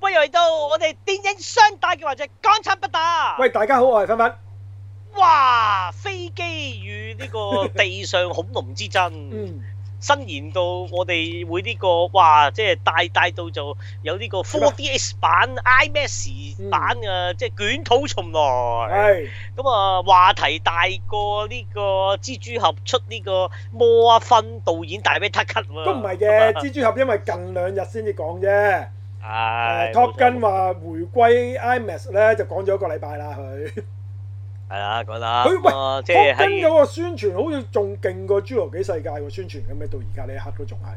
嚟到我哋電影雙打嘅環節，港產不打。喂，大家好，我係芬芬。哇！飛機與呢個地上恐龍之爭。 嗯，伸延到我哋會呢、個哇，即係帶帶到就有呢個 4DX 版、IMAX 版啊，即係捲土重來。嗯係咁啊，話題大過呢個蜘蛛俠出呢個摩阿芬導演大咩特咳喎。都唔 係嘅，蜘蛛俠因為近兩日先至講啫。啊係誒，Top 冇 Gun 錯話回歸 IMAX 咧，就講咗一個禮拜啦。佢係啦，講啦。佢喂咁啊即係 Top Gun 喺嗰個宣傳好似仲勁過《侏羅紀世界》個宣傳咁嘅，到而家呢一刻都仲係。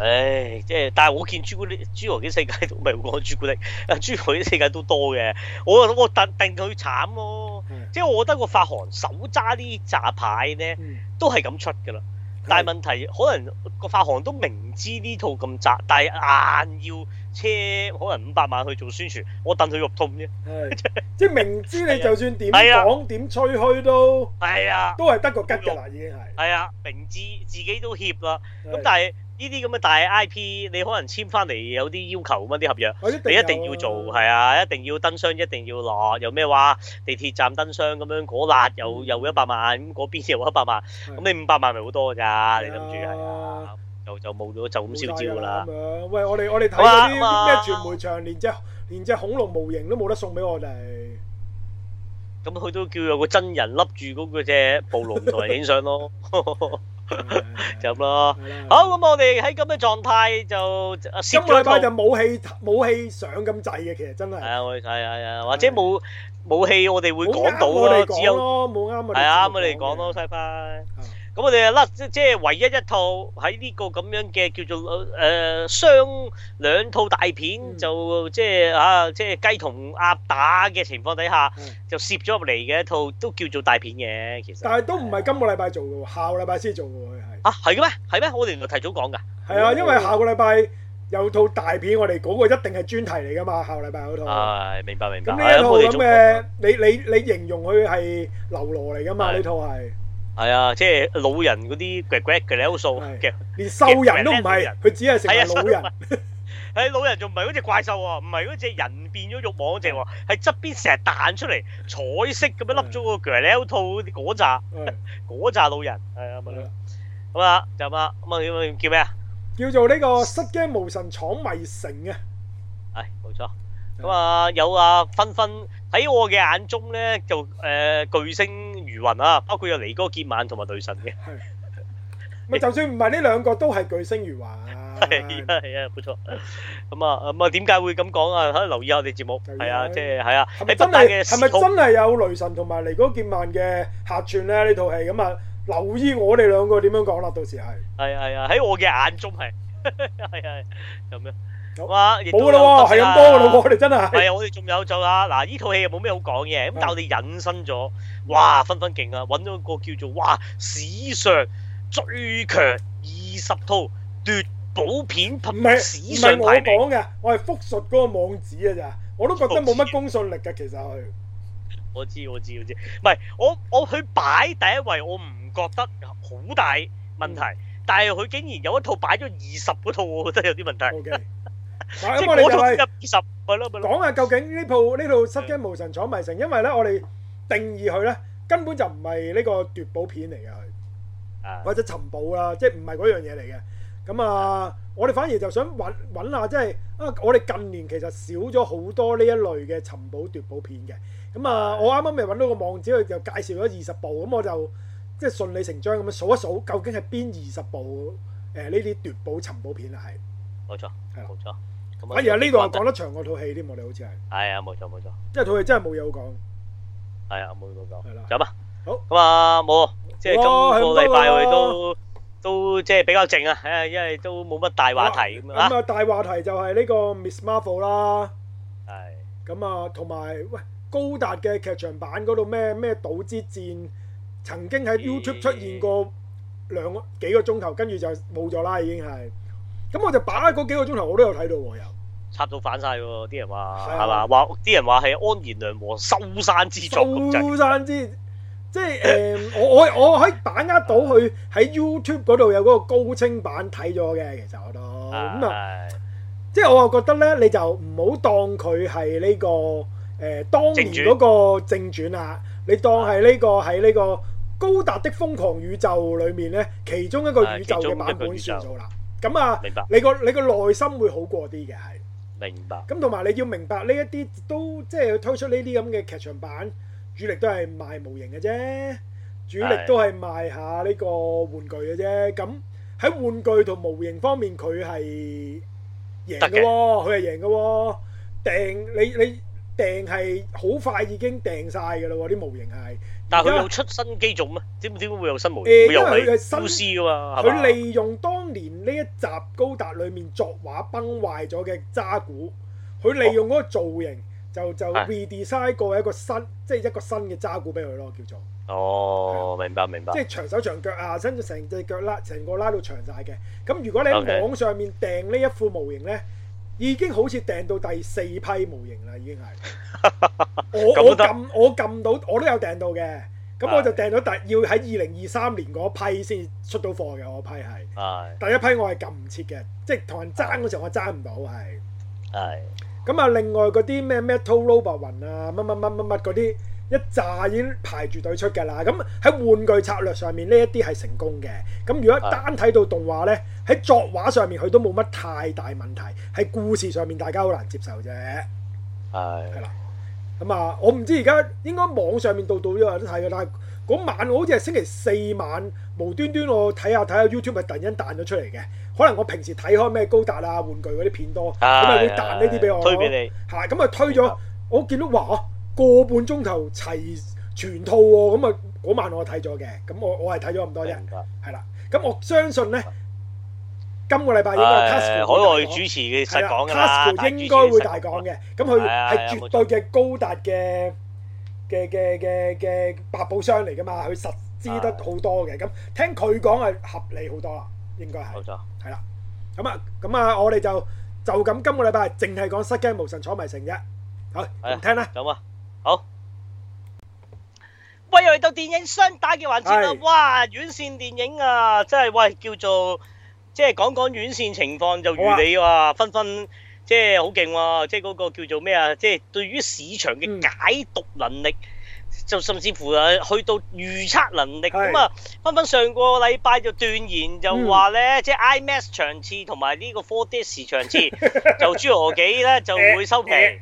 唉，即係，但係我見朱古力、侏羅紀世界都唔係我講朱古力，啊侏羅紀世界都多嘅。我我特定佢慘咯，嗯即係我覺得個發行手揸呢扎牌咧，嗯，都係咁出㗎啦。但係問題可能個發行都明知呢套咁窄，但係硬要車可能五百萬去做宣傳，我等佢肉痛啫。 係即係明知你就算點係啊講點吹噓都係啊，都係得個吉㗎啦，已經係。係啊，明知自己都怯啦。咁係但係呢啲咁嘅大 IP，你可能簽翻嚟有啲要求咁啊啲合約。我一定你有一啊定要做，係啊，一定要登箱，一定要落，有咩話地鐵站登箱咁樣嗰辣又嗯又一百萬，咁嗰邊又一百萬，咁你五百萬咪好多㗎咋？你諗住係啊，就就冇咗就咁燒焦㗎啦。咁樣。喂，我哋-我哋睇好啊，嗰啲咁啊。咩傳媒場，連隻-連隻恐龍模型都冇得送俾我哋。咁佢都叫有個真人笠住嗰個隻暴龍同人影相 咯， 就咁咯。係啦。好，咁我哋喺咁嘅狀態就啊攝咗一套今個禮拜就冇戲-冇戲上咁滯嘅，其實真係。係啊，我哋係啊係啊，或者冇冇戲我哋會講到咯，只有冇啱我哋講咯，冇啱我哋係啊，節目我哋講講嘅。咯，拜拜。啊，咁我哋啊甩即即係唯一一套喺呢個咁樣嘅叫做誒、呃、雙兩套大片、嗯就即係啊即係雞同鴨打嘅情況底下，係就攝咗入嚟嘅一套都叫做大片嘅其實。但係都唔係今個禮拜做嘅喎，下個禮拜先做嘅喎，佢係。啊係嘅咩？係咩？我哋原來提早講㗎。係啊，因為下個禮拜有套大片，我哋嗰個一定係專題嚟㗎嘛，下個禮拜嗰套。唉、明白明白。咁呢一係啊套我哋咁仲嘅，你你你形容佢係流羅嚟噶嘛？係呢套係係啊，即係老人嗰啲嘅嘅嘅有數係嘅，連獸 人都唔嘅係，佢只係成為老人係 啊。係老人仲唔係嗰只怪獸喎，唔係嗰只人變咗肉網嗰只喎，係側邊成日彈出嚟彩色咁樣笠咗個 g l 套嗰扎。係嗰扎老人係啊，咪係啦咁啊，就咁啊，咁啊咁啊叫咩啊？叫做呢個失驚無神闖迷城啊！係冇錯。咁啊，有啊，紛紛喺我嘅眼中咧，就誒、呃巨星如雲啊，包括有尼哥傑曼同埋雷神嘅，咪就算唔係呢兩個都係巨星如雲， 係啊係啊，冇錯。咁啊咁啊，點解會咁講啊？可能留意下我哋節目，留意係啊，下即係係啊，喺係咪北真大係嘅係咪時真空係有雷神同埋尼哥傑曼嘅客串咧？呢套戲咁啊，留意我哋兩個點樣講啦，到時係係係啊，喺我嘅眼中係 係係咁樣。好咁啊，亦都冇噶啦有喎，特係色咁多啊噶啦喎，我哋真係係啊，我哋仲有就啦，嗱，呢套戲又冇咩好講嘅，咁嗯但係我哋引申咗，哇，分分勁啊，揾咗個叫做哇史上最強二十套奪寶片唔拍係史唔上係我排名，講嘅，我係復述嗰個網址嘅咋，我都覺得冇乜公信力嘅其實佢。我知我知我知，唔係我我佢擺第一位，我唔覺得好大問題，嗯但係佢竟然有一套擺咗二十嗰套，我覺得有啲問題， 即 O K，哦嗱咁係我哋嗰就套先係入二十，係咯咪嗯咯，講下究竟呢套呢套《失驚無神闖迷城》，因為咧我哋定義佢咧根本就唔係呢個奪寶片嚟嘅，佢啊或者尋寶啦，即係唔係嗰樣嘢嚟嘅。咁啊，我哋反而就想揾揾下，即係啊，我哋近年其實少咗好多呢一類嘅尋寶奪寶片嘅。咁啊，我啱啱咪揾到個網址，佢就介紹咗二十部，咁我就即係順理成章咁樣數一數，究竟係邊二十部誒呢啲奪寶尋寶片啊？係，冇錯係啦冇錯，咁反而呢度又講得長過套戲添，我哋好似係。係啊冇錯冇錯。即係套戲真係冇嘢好講，係啊，冇冇講，係啦就咁啊。好咁啊，冇，即係今哇個禮拜我係咁多啦啊哋都都即係比較靜啊，誒，因為都冇乜大話題咁咁啊，啊，大話題就係呢個 Miss Marvel 啦，係咁啊，同埋喂高達嘅劇場版嗰度咩咩島之戰，曾經喺 YouTube 出現過兩個幾個鐘頭，跟住就冇咗啦，已經係。咁我就把握嗰幾個鐘頭，我都有睇到喎，又插到反晒喎，啲人話係啊係嘛，話啲人話係安然良和收山之作咁滯，收山之，即係誒、我我我可以把握到佢喺 YouTube 哦嗰度有嗰個高清版睇咗嘅，其實我都咁啊。係即係我又覺得咧，你就唔好當佢係呢個誒、呃、當年嗰個正啊傳啦，你當係呢、個喺呢個高達的瘋狂宇宙裏面咧，啊其中一個宇宙嘅版本算數啦。咁啊，明白你個你個內心會好過啲嘅係。明白，咁同埋你要明白呢一啲都即係推出呢啲咁嘅劇場版，主力都係賣模型嘅啫，主力都係賣下呢個玩具嘅啫。咁喺玩具同模型方面，佢係贏嘅得嘅喎，佢係贏嘅喎。訂你你訂係好快已經訂晒㗎啦喎，啲模型係。但係佢而家有出新機種咩？點點會有新模型？誒佢又因為佢係係新 U C 㗎嘛，係佢嘛？利用當年呢一集高達裡面作畫崩壞咗嘅渣古，佢利用嗰個造型就就係 redesign 過一個新，即係一個新嘅渣古俾佢咯，叫做哦，明白明白 即，係長手長腳啊，伸咗成隻腳拉，成個拉到長晒嘅。咁如果你喺 OK 網上面訂呢一副模型呢，已經好似訂到第四批模型啦，已經係。我咁我都得撳我撳到我都有訂到嘅，咁我就訂咗第要喺二零二三年嗰批先出到貨嘅，我批係。係第一批我係撳唔切嘅，即係同人爭嗰時候我爭唔到係。係咁啊，另外嗰啲咩 Metal Robot 雲啊，乜乜乜乜乜嗰啲一炸已經排住隊出㗎啦。咁喺玩具策略上面呢一啲係成功嘅。咁如果係單睇到動畫呢，喺作畫上面佢都冇乜太大問題，喺故事上面大家好難接受啫。係咁啊，我唔知而家應該網上面度度都有得睇嘅，但係嗰晚我好似係星期四晚無端端我睇下睇下 YouTube 係突然間彈咗出嚟嘅，可能我平時睇開咩高達啊玩具嗰啲片多，咁啊會彈呢啲俾我咯推俾嚇，咁啊推明咗白，我見到哇個半鐘頭齊全套喎，咁啊嗰晚我睇咗嘅，咁我我係睇咗咁多你，啫，明白。係啦，咁我相信咧今個禮拜應該啊唉 Casco 海外主持嘅係實啦講㗎啦， ，Casco 應該會大講嘅。嘅。咁佢係啊係係啊絕對嘅高達嘅嘅嘅嘅嘅百寶箱嚟㗎嘛，佢實知得好多嘅。咁聽佢講係合理好多啦，應該係冇錯，係啦。咁啊咁啊，我哋就就咁今個禮拜淨係講失驚無神闖迷城啫。好，係唔啊聽啦。咁啊，好。喂，又嚟到電影雙打嘅環節啦係！哇，院線電影啊，真係喂叫做即係講講院線情況就如好啊你話紛紛。即係好勁喎！即係嗰個叫做咩啊？即係對於市場嘅嗯解讀能力，就甚至乎啊，去到預測能力係嗯咁啊，分分上個禮拜就斷言就話咧，即係 IMAX 場次同埋呢個 4D 場 次，就侏羅紀咧就會收皮。誒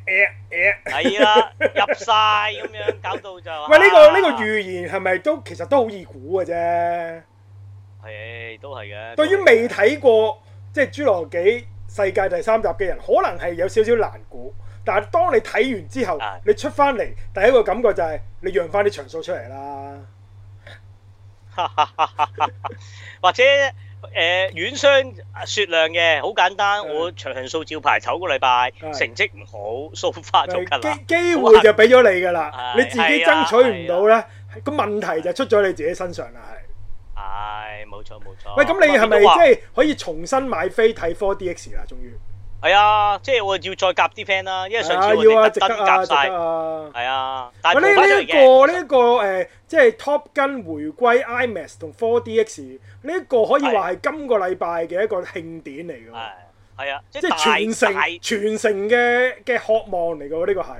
誒誒係啦，入晒咁樣，搞到就啊喂，呢個呢個語預言係咪都其實都好易估嘅啫？係都係嘅。對於未睇過即係《侏羅紀世界》第三集嘅人，可能係有少少難估。但係當你睇完之後係，你出翻嚟第一個感覺就係你讓翻啲場數出嚟啦。 或者誒、呃、院商雪亮嘅，好簡單，嗯我長數照排頭個禮拜係成績唔好，數花咗啊㗎啦機。機會就俾咗你㗎啦，係啊你自己爭取唔到呢，個問題就出咗你自己身上啦。哦係唉，冇錯冇錯。喂，咁你係咪咁啊即係可以重新買飛睇 4DX 啦？終於係啊？即係我要再夾啲 friend 啦，因為上次啊我要啊，哋值特得登啊，夾值得晒。啊！係啊，但係喂，呢冇翻出呢嚟一個嘅。呢一個誒，即係 Top Gun 回歸 IMAX 同 4DX 呢一個可以話係今個禮拜嘅一個慶典嚟係㗎，係啊，即即係全係城大大全城嘅嘅渴望嚟㗎喎，呢個係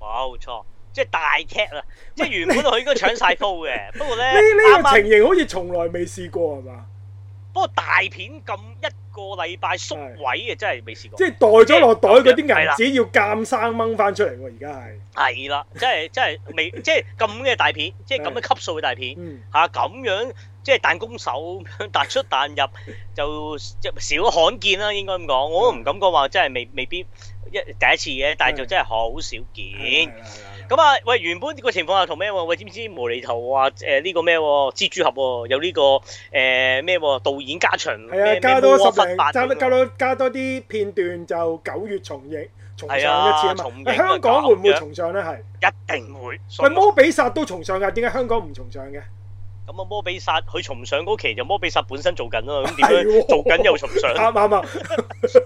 冇錯，即係大劇啊！即係原本佢應該搶晒鋪 嘅，不過咧呢啱呢個啱情形好似從來未試過係嘛？不過大片咁一個禮拜縮位啊，真係未試過即。係袋咗落袋嗰啲銀係啦紙要鑑生掹翻出嚟喎，而家係係啦，真係真係 未，即係咁嘅大片，即係咁嘅級數嘅大片嗯嚇，咁樣即係彈弓手咁樣彈出彈 入，就少罕見啦，應該咁講。我都唔敢講話，真係未未必一第一次嘅，但係就真係好少係見啦。係啦係啦咁啊，喂，原本個情況係同咩喎？喂，知唔知無厘頭啊？誒、呢、個咩喎？蜘蛛俠喎、有呢、個誒咩喎？導演加長咩係啊，咩加多摩十分零，法加咁多樣加多加多啲片段就九月重映重上一次係啊啊嘛重映，啊喂香港會唔會搞重上呢？係？一定會。喂，摩比薩都重上㗎，點解香港唔重上 嘅？咁啊，摩比殺佢重上嗰期就摩比殺本身做緊啦，咁點係喎樣做緊又重 上？啱啱啊，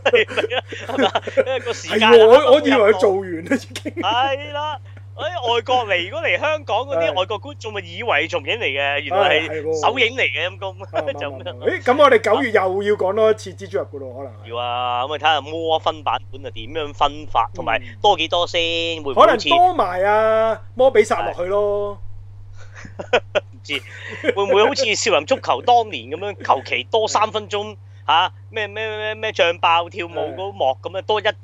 係咪啊？係咪啊個時間係喎，我我以為佢做完啦已經。係啦，喺外國嚟，如果嚟香港嗰啲係啊外國觀眾咪以為係重影嚟嘅，原來係係係喎啊首映嚟嘅陰 公，啱就啱咁樣啊啱誒咁我哋九月又要講多一次蜘蛛俠噶咯，可能係要啊，咁咪睇下魔分版本啊點樣分法，同埋嗯多幾多先，會唔會可好能似多埋啊摩比殺落去咯，唔知會唔會好似少林足球當年咁樣，求其多三分鐘嚇咩咩咩咩醬爆跳舞嗯嗰幕咁樣啊多一場，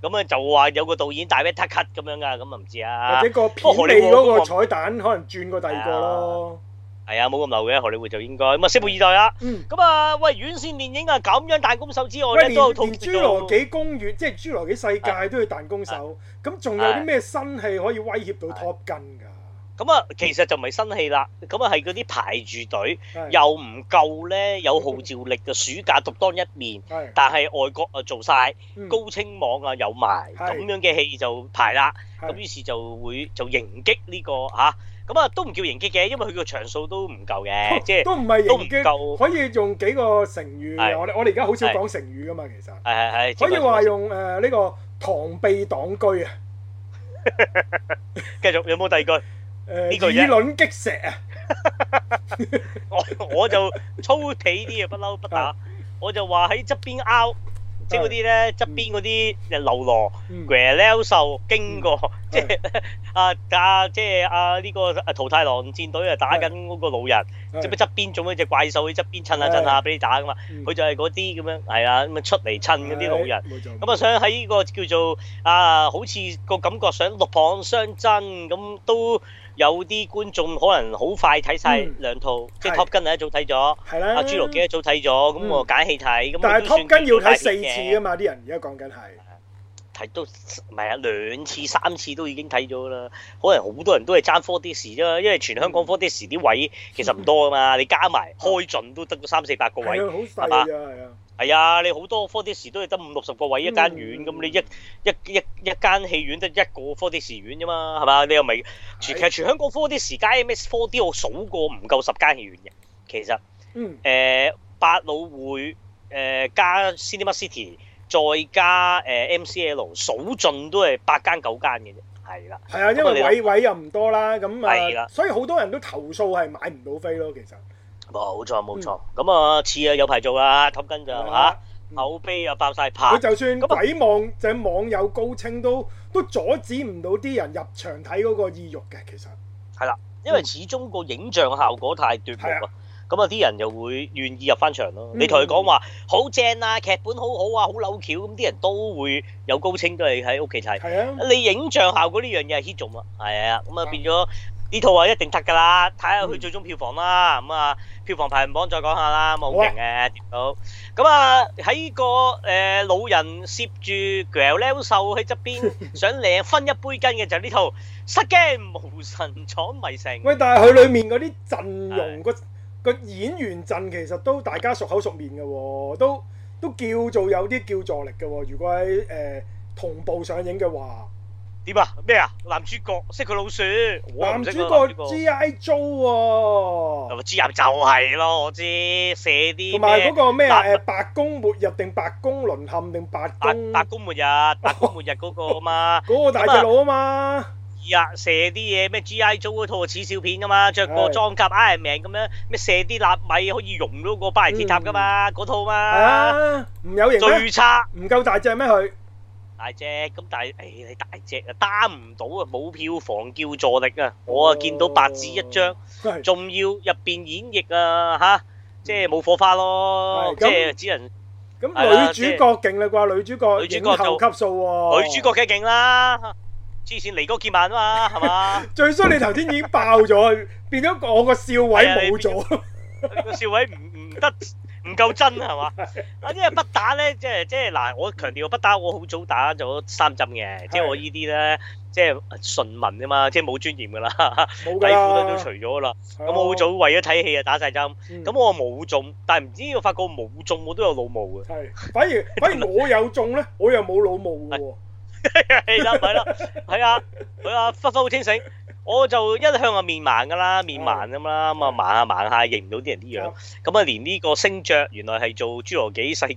咁啊就話有個導演大 w e t cut 咁樣噶，咁啊唔知啊或者，個片尾嗰個彩蛋可能轉過第二個哦咯。係啊冇咁流嘅荷里活就應該咁啊，拭目以待啦。嗯，咁啊，喂，院線電影啊，咁樣彈弓手之外喂，咧，連都有套連叫侏羅做紀公園，即係侏羅紀世界都要彈弓手，咁仲有啲咩新戲可以威脅到 Top Gun 㗎？咁啊，其實就唔係新戲啦，咁啊係嗰啲排住隊係又唔夠咧，有號召力嘅暑假獨當一面，係但係外國啊做晒。嗯高清網啊有埋，係咁樣嘅戲就排啦。係咁於是就會就迎擊呢、個嚇，咁啊都唔叫迎擊嘅，因為佢個場數都唔夠 嘅，即係哦都唔係都唔型機，夠可以用幾個成語係嘅。我哋我哋而家好少講成語㗎嘛，其實係係係。可以話正確用誒呢個螳臂擋車啊，繼續有冇第二句？呢句誒啫以卵擊石啊， 我我就粗鄙啲嘅，啊不嬲不打係。我就話喺側邊拗，即係嗰啲咧側邊嗰啲流羅嗯 g r a l 獸經過， 即係啊啊即係啊呢個啊桃太郎戰隊啊打緊嗯嗰個老人，係即係側邊仲有一隻怪獸喺側邊襯下襯下啊俾你打噶嘛。嗯佢就係嗰啲咁樣，係啊，咁啊出嚟襯嗰啲老人。冇錯咁啊，想喺呢個叫做啊，好似個感覺想六蚌相爭咁，都有啲觀眾可能好快睇晒嗯兩套，即係係 Top Gun 啊一早睇咗，係啦，阿侏羅紀一早睇咗，咁嗯我揀戲睇，咁但係我都算 Top Gun 要睇四大片嘅次啊嘛，啲人而家講緊係。睇都唔係啊，兩次三次都已經睇咗啦。可能好多人都係爭 4D 啫，因為全香港 4D 啲位其實唔多啊嘛，你加埋開盡都得個三四百個位。嗯係啊，好細㗎，係啊，係啊，你好多 4D 時都係得五六十個位一間嗯院，咁、你一一一一間戲院得一個 4D 時院啫嘛，係嘛？你又咪全其實全香港 4D 時加 MS 4D 我數過唔夠十間戲院嘅，其實誒、嗯，呃、百老匯誒、呃加 Cinema City 再加誒、呃 MCL 數盡都係八間九間嘅啫，係啦，係啊，因咁你為諗位位又唔多啦，係咁啦啊，所以好多人都投訴係買唔到飛咯，其實。冇錯冇錯，咁啊似啊有排做啦，揼跟就嗯係嚇啊嗯口碑啊爆晒佢棚，就算咁啊鬼網就係網友高清都都阻止唔到啲人入場睇嗰個意欲嘅，其實係啦，因為始終個影像效果太奪目係啊，咁啊啲人就會願意入翻場咯。嗯你同佢講話好正啊，劇本好好啊，好扭橋，咁啲人都會有高清都係喺屋企睇。係啊，你影像效果呢樣嘢係 hit 中啦，係啊，咁啊變咗呢套啊一定得㗎啦，睇下佢最終票房啦，咁啊票房排行榜再講下啦，咁啊好勁嘅，好咁啊喺個誒老人攝住 g r e l 獸喺側 邊想領分一杯羹嘅就呢套《失驚無神闖迷城》。喂，但係佢裡面嗰啲陣容個個演員陣其實都大家熟口熟面嘅喎，都都叫做有啲叫助力嘅喎，如果喺誒、呃同步上映嘅話。點啊？咩啊？男主角識佢老鼠，我男唔主識啊角嗰個 G.I. Joe 喎，知就係咯，我知射啲同埋嗰咩個咩啊？白誒白宮末日定白宮淪陷定白白宮，白宮末日、白宮末日嗰個啊嘛嗰個大隻佬啊嘛，二啊射啲嘢咩 G.I. Joe 嗰套似笑片噶嘛，着個係裝甲 Iron Man 咁樣，咩射啲納米可以融到個巴黎鐵塔噶嘛，嗰套係嘛嗯啊，唔有型咩？最差唔夠大隻咩佢？大隻咁，但係誒你大隻啊，擔唔到啊，冇票房叫助力啊，哦我啊見到白紙一張。係仲要入邊演繹啊吓，即係冇火花咯，嗯係即係只咁能女咁係啦女主角勁啦啩，女主角女主角影后級數喎。？主角梗係勁啦，之前尼哥傑曼啊嘛，係嘛最衰你頭先已經爆咗，變咗我個笑位啊冇咗。個笑位唔唔得。唔夠真係嘛？啊，因為不打咧，即係即係嗱，我強調不打，我好早打咗三針嘅，即係我呢啲咧，即係純民啊嘛，即係冇尊嚴噶啦， 冇底㗎褲啦都都除咗啦。係啊咁我好早為咗睇戲啊打晒針，嗯咁我冇中，但係唔知我發覺冇中我都有腦霧嘅。 係反而反而我有中咧，我又冇老母嘅喎。係啦，係啦，係啊，佢啊，忽忽好清醒。我就一向啊面盲㗎啦，面盲咁啦，咁啊盲下盲下認唔到啲人啲樣，咁啊連呢個星爵原來係做《侏羅紀世界》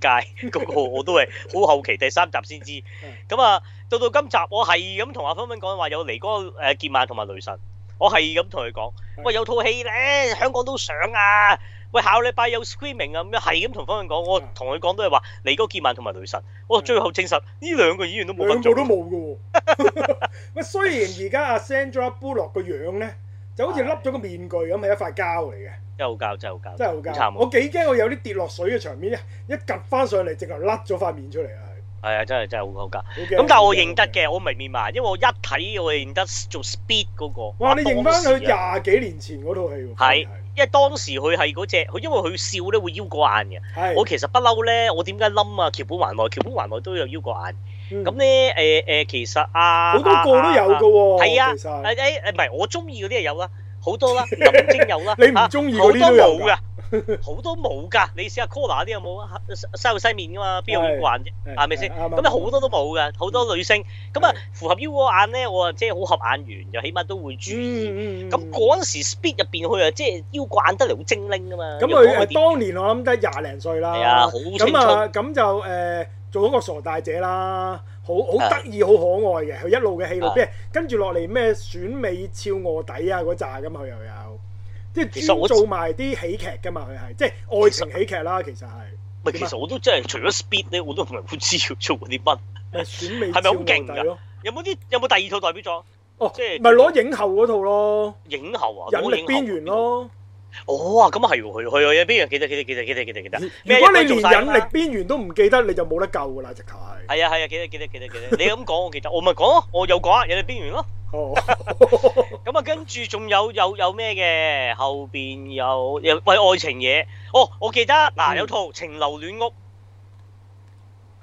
嗰個我都係好後期第三集先知，嗯咁啊到到今集我係咁同阿芬芬講話有尼哥誒傑曼同埋雷神，我係咁同佢講，嗯喂有套戲咧香港都上啊，喂下個禮拜有 screaming 啊咁樣，係咁同芬芬講，嗯我同佢講都係話尼哥傑曼同埋雷神，我最後證實呢兩個演員都冇份兩做，部都冇嘅喎。 喂，雖然而家阿 Sandra Bullock 個樣咧，就好似笠咗個面具咁，係一塊膠嚟嘅，真係好教，真係好教，真係好好膠。慘啊我幾驚我有啲跌落水嘅場面，一一趌翻上嚟，直頭甩咗塊面出嚟啊！係啊，真係真係好好教。好驚咁但係我認得。好驚嘅，我唔係面盲，因為我一睇我認得做 speed 嗰、個。哇！你認翻佢當時啊廿幾年前嗰套戲喎，係，因為當時佢係嗰只，佢因為佢笑咧會腰過眼嘅。係我其實不嬲咧，我點解冧啊？橋本環奈，橋本環奈都有腰過眼。嗯咁咧誒誒，其實啊，好多個都有嘅喎，係啊其啊。誒實誒誒，唔係我中意嗰啲係有啦，好多 。啦，林晶有啦你唔中意好多嗰啲都有冇㗎， 㗎，好多冇㗎。你試下 Cola 啲有冇啊？西西西面㗎嘛，邊有腰過眼啫？啊係咪先？啱咁你好多都冇㗎，好多女星咁啊係符合腰嗰眼咧，我啊即係好合眼緣，就起碼都會注意。嗯嗯嗯咁嗰陣時 speed 入邊，佢啊即係腰慣得嚟好精靈噶嘛。咁又講佢佢誒點當年我諗得廿零歲啦，係啊，好青咁春。啊咁就誒、做一個傻大姐啦，好啊好得意好可愛嘅，佢一路嘅戲路，係即係跟住落嚟咩選美超卧底啊嗰扎咁，佢又有。即其係實專我做埋啲喜劇噶嘛，佢係即係愛情喜劇啦，其實係唔係，其實我都真係除咗 speed 咧，我都唔係好知佢做過啲乜。 咪選美係咪超好卧底咯？有冇啲有冇第二套代表作哦，即係咪攞影后嗰套咯，影后啊？引冇力影后邊緣。咯。哦啊，咁啊係喎，佢佢有邊緣記得記得記得記得記得記得。如果咩嘢你連引力都做晒㗎嘛邊緣都唔記得，你就冇得救噶啦，直頭係。係啊係啊，記得記得記得記 得。你咁講我記得，我咪講咯，我有講啊，有啲邊緣咯。哦， 咁啊，跟住仲有有有咩嘅？後邊有有喂愛情嘢。哦，我記得嗱，嗯有套《情流戀屋》，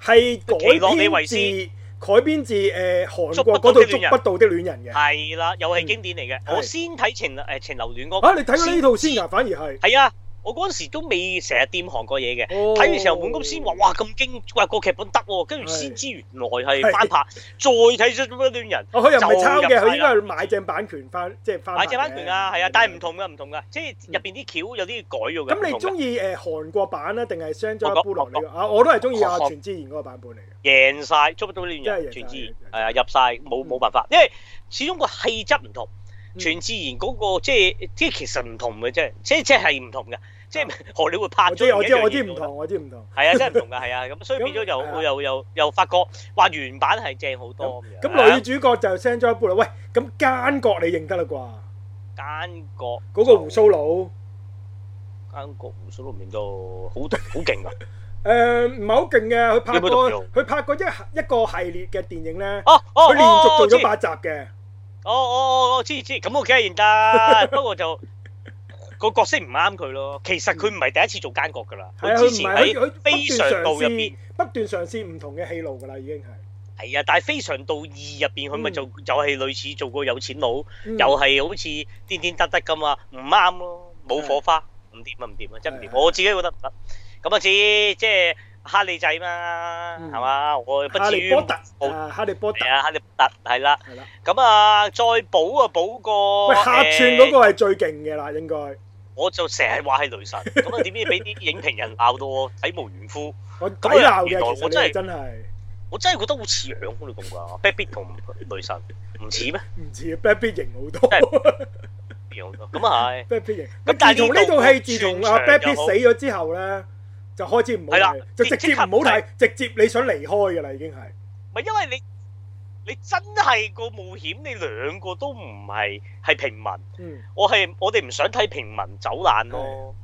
係改奇洛李編維斯自改編自誒韓捉國不到嗰套《的捉戀人不到的戀人》嘅。係啦，又係經典嚟嘅。嗯我先睇情誒情流戀屋。啊，你睇過呢套先㗎，反而係。哦係啊，我嗰陣時都未成日掂韓國嘢嘅。睇睇完《情流戀屋》先話哇咁驚，哇個劇本得喎，跟住係先知原來係翻拍，再睇《出咗戀人哦，佢又唔係抄就嘅，入晒啦佢應該係買正版權翻，即係》。翻。買隻版權啊，係啊，但係唔。同㗎，唔同㗎，即係入邊啲橋有啲改咗嘅。嗯咁唔你同㗎中意誒韓國版啊咧，定係雙我張覺布羅呢個？啊，我都係中意阿我覺全智賢嗰個版本嚟嘅。贏晒，捉不到呢樣真係人，贏全晒智賢贏晒係啊，入晒冇冇辦法，因為始終個氣質唔同，嗯全智賢嗰個即係即係其實唔同嘅啫，即係即係唔同嘅，即係 荷里活拍我咗知啊我另一知樣嘢我知唔做得同，我知唔同。係啊，真係唔同㗎，係啊，咁所以咁變咗係啊又又又又發覺話原版係正好多咁樣。咁女主角就 Sandra Bullock，喂，咁奸角你認得啦啩？奸角嗰個胡鬚佬。奸角胡鬚佬面到好毒好勁㗎，誒呃唔係好勁嘅，佢拍有冇毒過用佢拍過一一個系列嘅電影咧，哦哦，佢連續做哦咗八集嘅，哦哦哦，知知，咁我梗係認得，不過就個角色唔啱佢咯。其實佢唔係第一次做奸角㗎啦，係啊，佢佢之唔前係喺《佢佢不非常斷道》嘗入邊試不斷嘗試唔同嘅戲路㗎啦，已經係係啊，但係《非常道二》入邊佢咪嗯就就係類似做過有錢佬，又嗯係好似癲癲得得咁啊，唔啱咯，冇火花，唔掂啊唔掂啊，真係唔嗯係掂。係我自己覺得唔得。咁啊知，即係哈利仔嘛，嗯係嘛？我不哈至利於波特冇啊，哈利波特係啊，哈利波特係啦。係啦，咁啊，再補啊補個喂客串誒嗰個係最勁嘅啦，應該我就成日話係雷神，咁啊點知俾啲影評人鬧到我體無完膚，我抵咁啊鬧原來嘅，其實我真係你係真係我真係覺得好似樣喎你咁講，Brad 啊 Pitt 同雷神唔似咩？唔似啊 Brad Pitt 型好真多樣咯咁啊係， ，Brad Pitt 型。咁但係自從呢呢度套戲自從阿串場 Brad Pitt 又好死咗之後咧，就開始唔好係啦睇，就直即接唔刻好睇，直接你想離開㗎啦，已經係。咪因為你你真係個冒險，你兩個都唔係係平民，嗯。我係我哋唔想睇平民走難咯。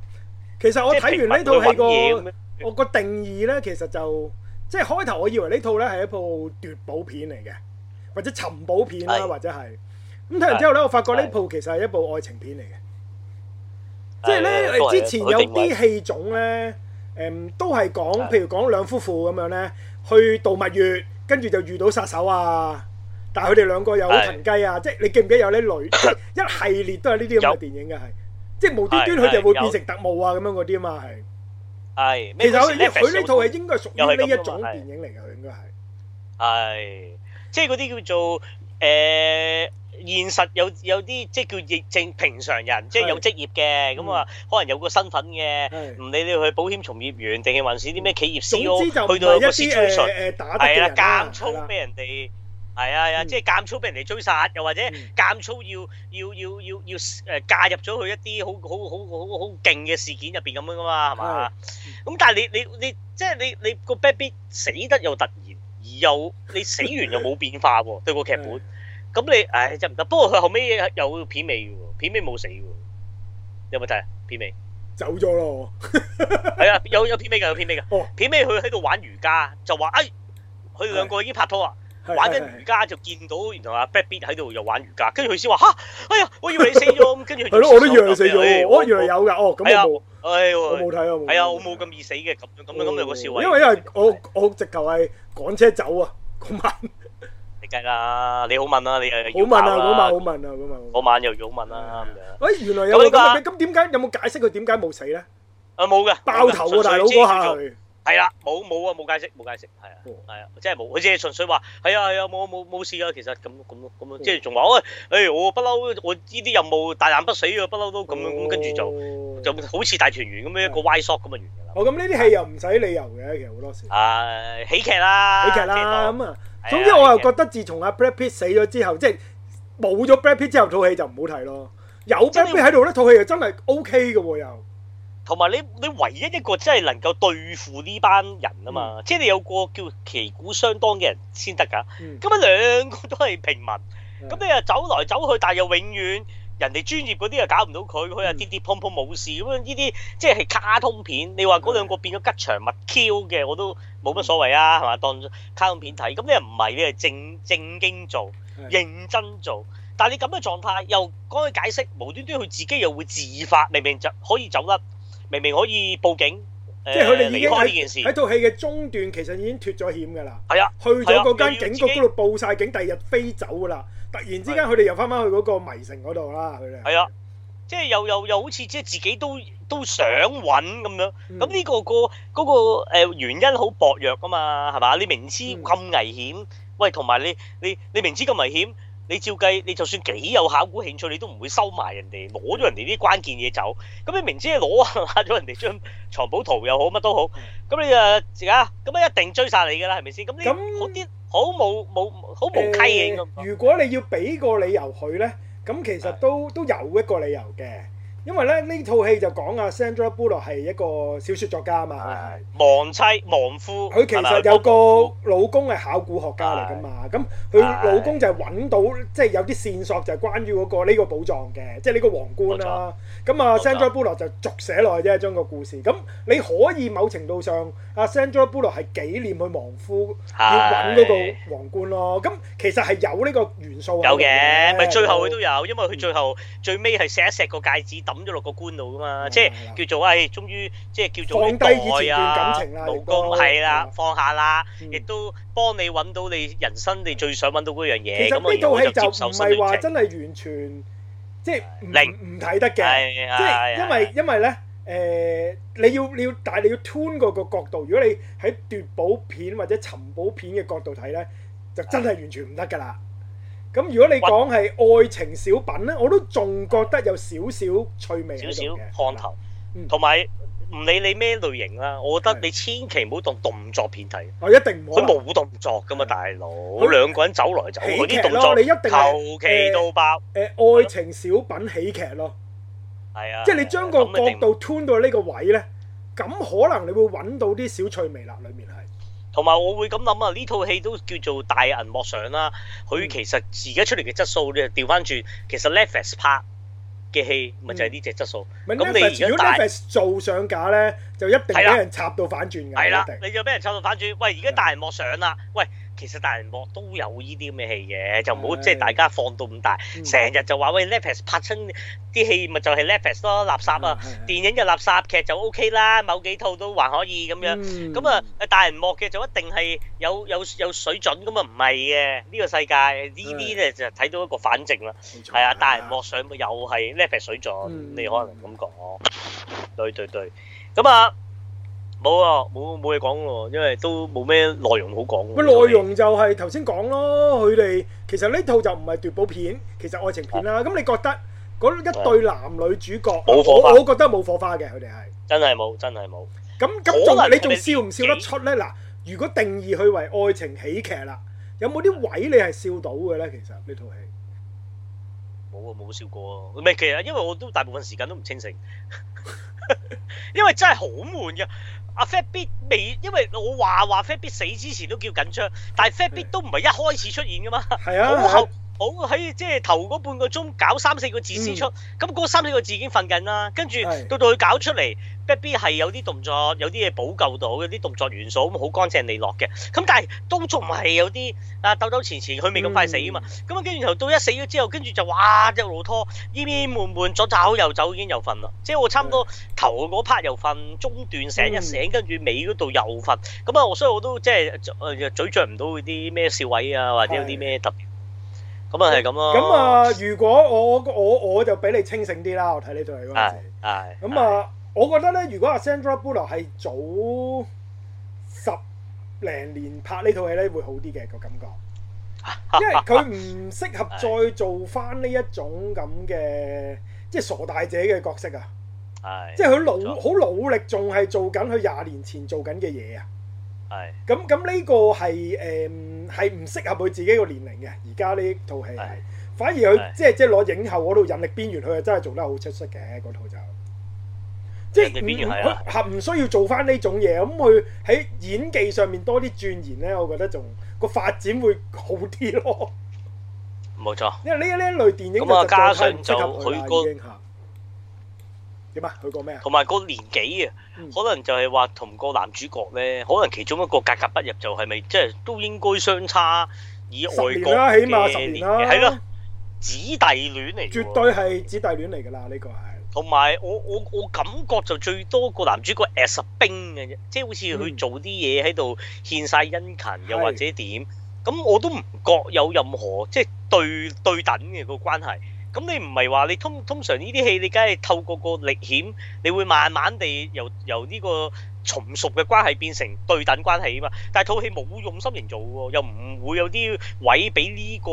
其實我即係睇平民完呢套戲去揾嘢咁個樣 我個定義呢，其實就即係開頭我以為呢套呢係一部奪寶片嚟嘅，或者尋寶片啦，係或者係咁睇完之後呢，我發覺呢係部其實係一部愛情片嚟嘅，即係係呢，都係之前有我定位啲戲種呢，誒都係講係譬如講兩夫婦咁樣呢，去度蜜月，跟住就遇到殺手啊，但係佢哋兩個有係騰雞啊，即係你記唔記得有 呢類一系列都係呢啲咁嘅有電影嘅係，即係無端端佢係哋係會有變成特務啊咁樣嗰啲啊嘛係。係其實佢 Netflix 佢呢套有係應該係屬於呢一種電影嚟嘅，佢應該係係，即係嗰啲叫做誒現實有有啲即係叫業正平常人，即係有職業嘅，咁啊可能有個身份嘅，嗯係唔理你去保險從業員定係還是啲咩企業總 C.O. 之就唔去到有係一個啲誒 situation，誒打得嘅係啦，人啦監係粗啦俾人哋。係啊，係啊嗯即係監粗俾人哋追殺，又或者嗯監粗要要要要要誒嫁入咗去一啲好好好好好勁嘅事件入邊咁樣噶嘛，係嘛？咁但係你你你即係你你個 bad beat 死得又突然，而又你死完又冇變化 喎，對個劇嗯本。咁你唉真唔得。不過佢後尾有片尾嘅喎，片尾冇死嘅喎。有冇睇啊？片 尾走咗咯，係啊，有有片尾㗎，有片尾㗎。哦片尾佢喺度玩瑜伽，就話哎，佢哋兩個已經拍拖啊，係玩係緊係瑜伽就見到原來阿 Brad Pitt 喺度又玩瑜伽，跟住佢先話吓，哎呀，我以為你死咗咁，跟住佢 係咯，我都以為你死哎咗，我原來，有㗎，哦，咁我冇，哎我喎冇睇啊，冇睇哦係啊，我冇咁易死嘅，咁樣咁樣咁有個笑位。因為因為我我直頭係趕車走啊，嗰晚你計啦，你好問啦，你呃好好問啊，嗰晚好問啊，嗰晚好問。嗰晚又要好問啦咁樣。喂，原來有個咁呢個啊咁嘅咁點解有冇解釋佢點解冇死咧？啊冇嘅，爆頭喎，大佬嗰下哦佢，係啦，冇冇啊，冇解釋，冇解釋，係啊，係啊，真係冇，佢只係純粹話係啊係啊，冇冇冇事啊，其實咁咁咯咁哦咯，即係仲話喂，誒我不嬲，我呢啲任務大難不死啊，不嬲都咁樣咁，跟住就就就好似大團圓咁樣一嗯個歪 shot 咁啊完㗎啦。哦，咁呢啲戲又唔使理由嘅，其實好多時啊喜劇啦，喜即劇係啦當，咁啊。係啊總之我又喜劇覺得自從阿 Brad Pitt 死咗之後，即係冇咗 Brad Pitt 之後，套戲就唔好睇咯。有 Brad Pitt 喺度咧，套戲又真係 OK 嘅喎，又同埋你你唯一一個真係能夠對付呢班人啊嘛，即係你有個叫旗鼓相當嘅人先得㗎。嗯咁啊兩個都係平民，咁你又走來走去，但係又永遠人哋專業嗰啲又搞唔到佢，佢又嗯跌跌碰碰冇事咁樣。呢啲即係卡通片，你嗯話嗰兩個變咗吉祥物 Q 嘅，我都冇乜所謂啊，係嘛？當卡通片睇，咁你又唔係你係正正經做，係認真做。但係你咁嘅狀態，又講佢解釋，無端端佢自己又會自發，明明就可以走甩，明明可以報警，誒即係佢哋已離經開呢件喺喺事，套戲嘅中段，其實已經脱咗險㗎啦。係啊，去咗嗰間警局嗰度報晒警，第二日飛走㗎啦。突然之間，佢哋又翻翻去嗰個迷城嗰度啦。佢哋係啊，即係又又又好似即係自己都都想揾咁樣。嗯咁呢個個嗰個誒原因好薄弱啊嘛，係嘛？你明知嗯咁危險，喂，同埋你你你明知咁危險，你照計你就算幾有考古興趣，你都唔會收埋人哋攞咗人哋啲關鍵嘢走。咁你明知你攞啊咗人哋張藏寶圖又好乜都好嗯，咁你啊而家咁啊一定追殺你㗎啦，係咪先？咁呢咁好啲好冇冇好無稽嘅應該咁誒講如果你要俾個理由佢咧，咁其實都都有一個理由嘅，因為咧呢套戲就講啊 Sandra Bullock 係一個小説作家嘛，亡妻亡夫，佢其係咪實有個老公係考古學家嚟噶嘛，咁佢係老公就係揾到即係有啲線索就係關於嗰個呢個寶藏嘅，即係呢個皇冠啦。咁啊冇錯，Sandra Bullock 就續寫落去啫，將個故事。咁你可以某程度上，阿 Sandra Bullock 係紀念佢亡夫。要揾嗰個皇冠咯。咁其實係有呢個元素喺有度嘅，咪最後佢都係有，因為嗯佢最後最尾係錫一錫個戒指抌咗落個棺度噶嘛，嗯即係啦係叫做唉，終於即係叫做放低以前段感情代啦啊老亦都公係啦嗯，放下啦，嗯亦都幫你揾到你人生你最想揾到嗰樣其嘢，實咁我呢然後套我就戲就接唔受新係戀話情，真係完全即係唔零唔睇得嘅，啊係即係因為因為咧。誒、你要你要，但係你要 tune 個個角度。如果你喺奪寶片或者尋寶片嘅角度睇咧，就真係啊完全唔得㗎啦。咁如果你講係愛情小品咧，我都仲覺得有少少趣味喺少度少嘅看頭嗯，同埋唔理你咩類型啦，我覺得係你千祈唔好當動作片睇，我一定唔可佢能。冇動作噶嘛，係大佬兩個人走來走去喜劇啲動咯作你一定係求其到爆，誒、愛情小品喜劇咯。係啊，即係你將個咁一定角度 tune 到呢個位咧，咁可能你會揾到啲小趣味啦，裡面係同埋我會咁諗啊，呢套戲都叫做大銀幕上啦，佢嗯其實而家出嚟嘅質素，你就調翻轉，其實 Netflix 拍嘅戲咪就係呢隻質素。咪咁你 Netflix 而家如果大 Netflix 做上架咧，就一定俾係啦人插到反轉㗎，係啦一，定你就俾人抽到反轉。喂，嗯而家大銀幕上啦，喂，其實大銀幕都有呢啲咁嘅戲嘅，就唔好係即係大家放到咁大，嗯成日就話喂 Netflix 拍親啲戲咪就係 Netflix 咯，垃圾啊！係係電影就垃圾，劇就 OK 啦，某幾套都還可以咁樣。嗯咁啊，大人幕嘅就一定係有有有水準咁啊，唔係嘅呢個世嗯界呢啲咧就睇到一個反證啦。冇錯係啊，大人幕上咪又係 level 水準，嗯你可能咁講。對對對，咁啊，冇啊，冇冇嘢講喎，因為都冇咩內容好講喎。喂，內容就係頭先講咯，佢哋其實呢套就唔係奪寶片，其實愛情片啦。咁你覺得嗰一對男女主角，冇火花我我覺得冇火花嘅，佢哋係。真係冇，真係冇。咁可能咁仲我哋你仲笑唔笑得出咧？嗱，如果定義佢為愛情喜劇啦，有冇啲位你係笑到嘅咧？其實呢套戲。冇啊，冇笑過啊！唔係，其實因為我都大部分時間都唔清醒， 因為真係好悶嘅。阿 Fat b i t 未，因為我話話 Fat b i t 死之前都叫緊張，但係 Fat b i t 都唔係一開始出現噶嘛，係好啊，後好喺即係頭嗰半個鐘搞三四個字先出，咁嗰、三四個字已經瞓緊啦，跟住係到到佢搞出嚟。b a b y 係有啲動作，有啲嘢補救到，有啲動作元素咁好乾淨利落嘅。咁但係都仲係有啲啊鬥鬥前前，佢未咁 Ừ. 快死啊嘛。咁啊，跟住然後到一死咗之後，跟住就哇一路拖，煙煙悶悶，左走右走已經又瞓啦。即係我差唔嗯多頭嗰 part 又瞓，中段醒一醒，跟住尾嗰度又瞓。咁啊，我所以我都即係誒咀嚼唔到啲咩笑位啊，或者有啲咩特別。咁啊係咁咯。咁，啊，如果我我我就比你清醒啲啦，我睇呢套戲嗰陣時。係嗯咁，啊，我覺得咧，如果阿 Sandra Bullock 係早十零年拍呢套戲咧，會好啲嘅 個感覺，因為佢唔適合再做翻呢一種咁嘅即係傻大姐嘅角色啊！係即係佢冇錯努好努力，仲係做緊佢廿年前做緊嘅嘢啊！係咁咁呢個係誒係唔適合佢自己個年齡嘅，而家呢套戲係係，反而佢係即係即係攞影后嗰套引力邊緣，佢係真係做得好出色嘅嗰套就，即係引力邊緣唔係啊佢合唔需要做翻呢種嘢，咁佢喺演技上面多啲鑽研咧，我覺得仲個發展會好啲咯，冇錯。因為呢呢一類電影咁啊就實在太加上唔適合就佢啦佢個已經嚇點啊？佢個咩啊？同埋個年紀啊嗯，可能就係話同個男主角咧，可能其中一個格格不入，就係咪即係都應該相差以外國十年啦，起碼嘅十年年紀係咯啦，，子弟戀嚟嘅喎，絕對係子弟戀嚟㗎啦，呢個係。同埋我我我感覺就最多個男主角 as a 兵嘅啫，即係好似嗯佢做啲嘢喺度獻晒殷勤，又係或者點，咁我都唔覺有任何即係對對等嘅個關係。咁你唔係話你通通常呢啲戲，你梗係透過個歷險，你會慢慢地由由呢個從屬嘅關係變成對等關係啊嘛。但係套戲冇用心營造喎，又唔會有啲位俾呢、個，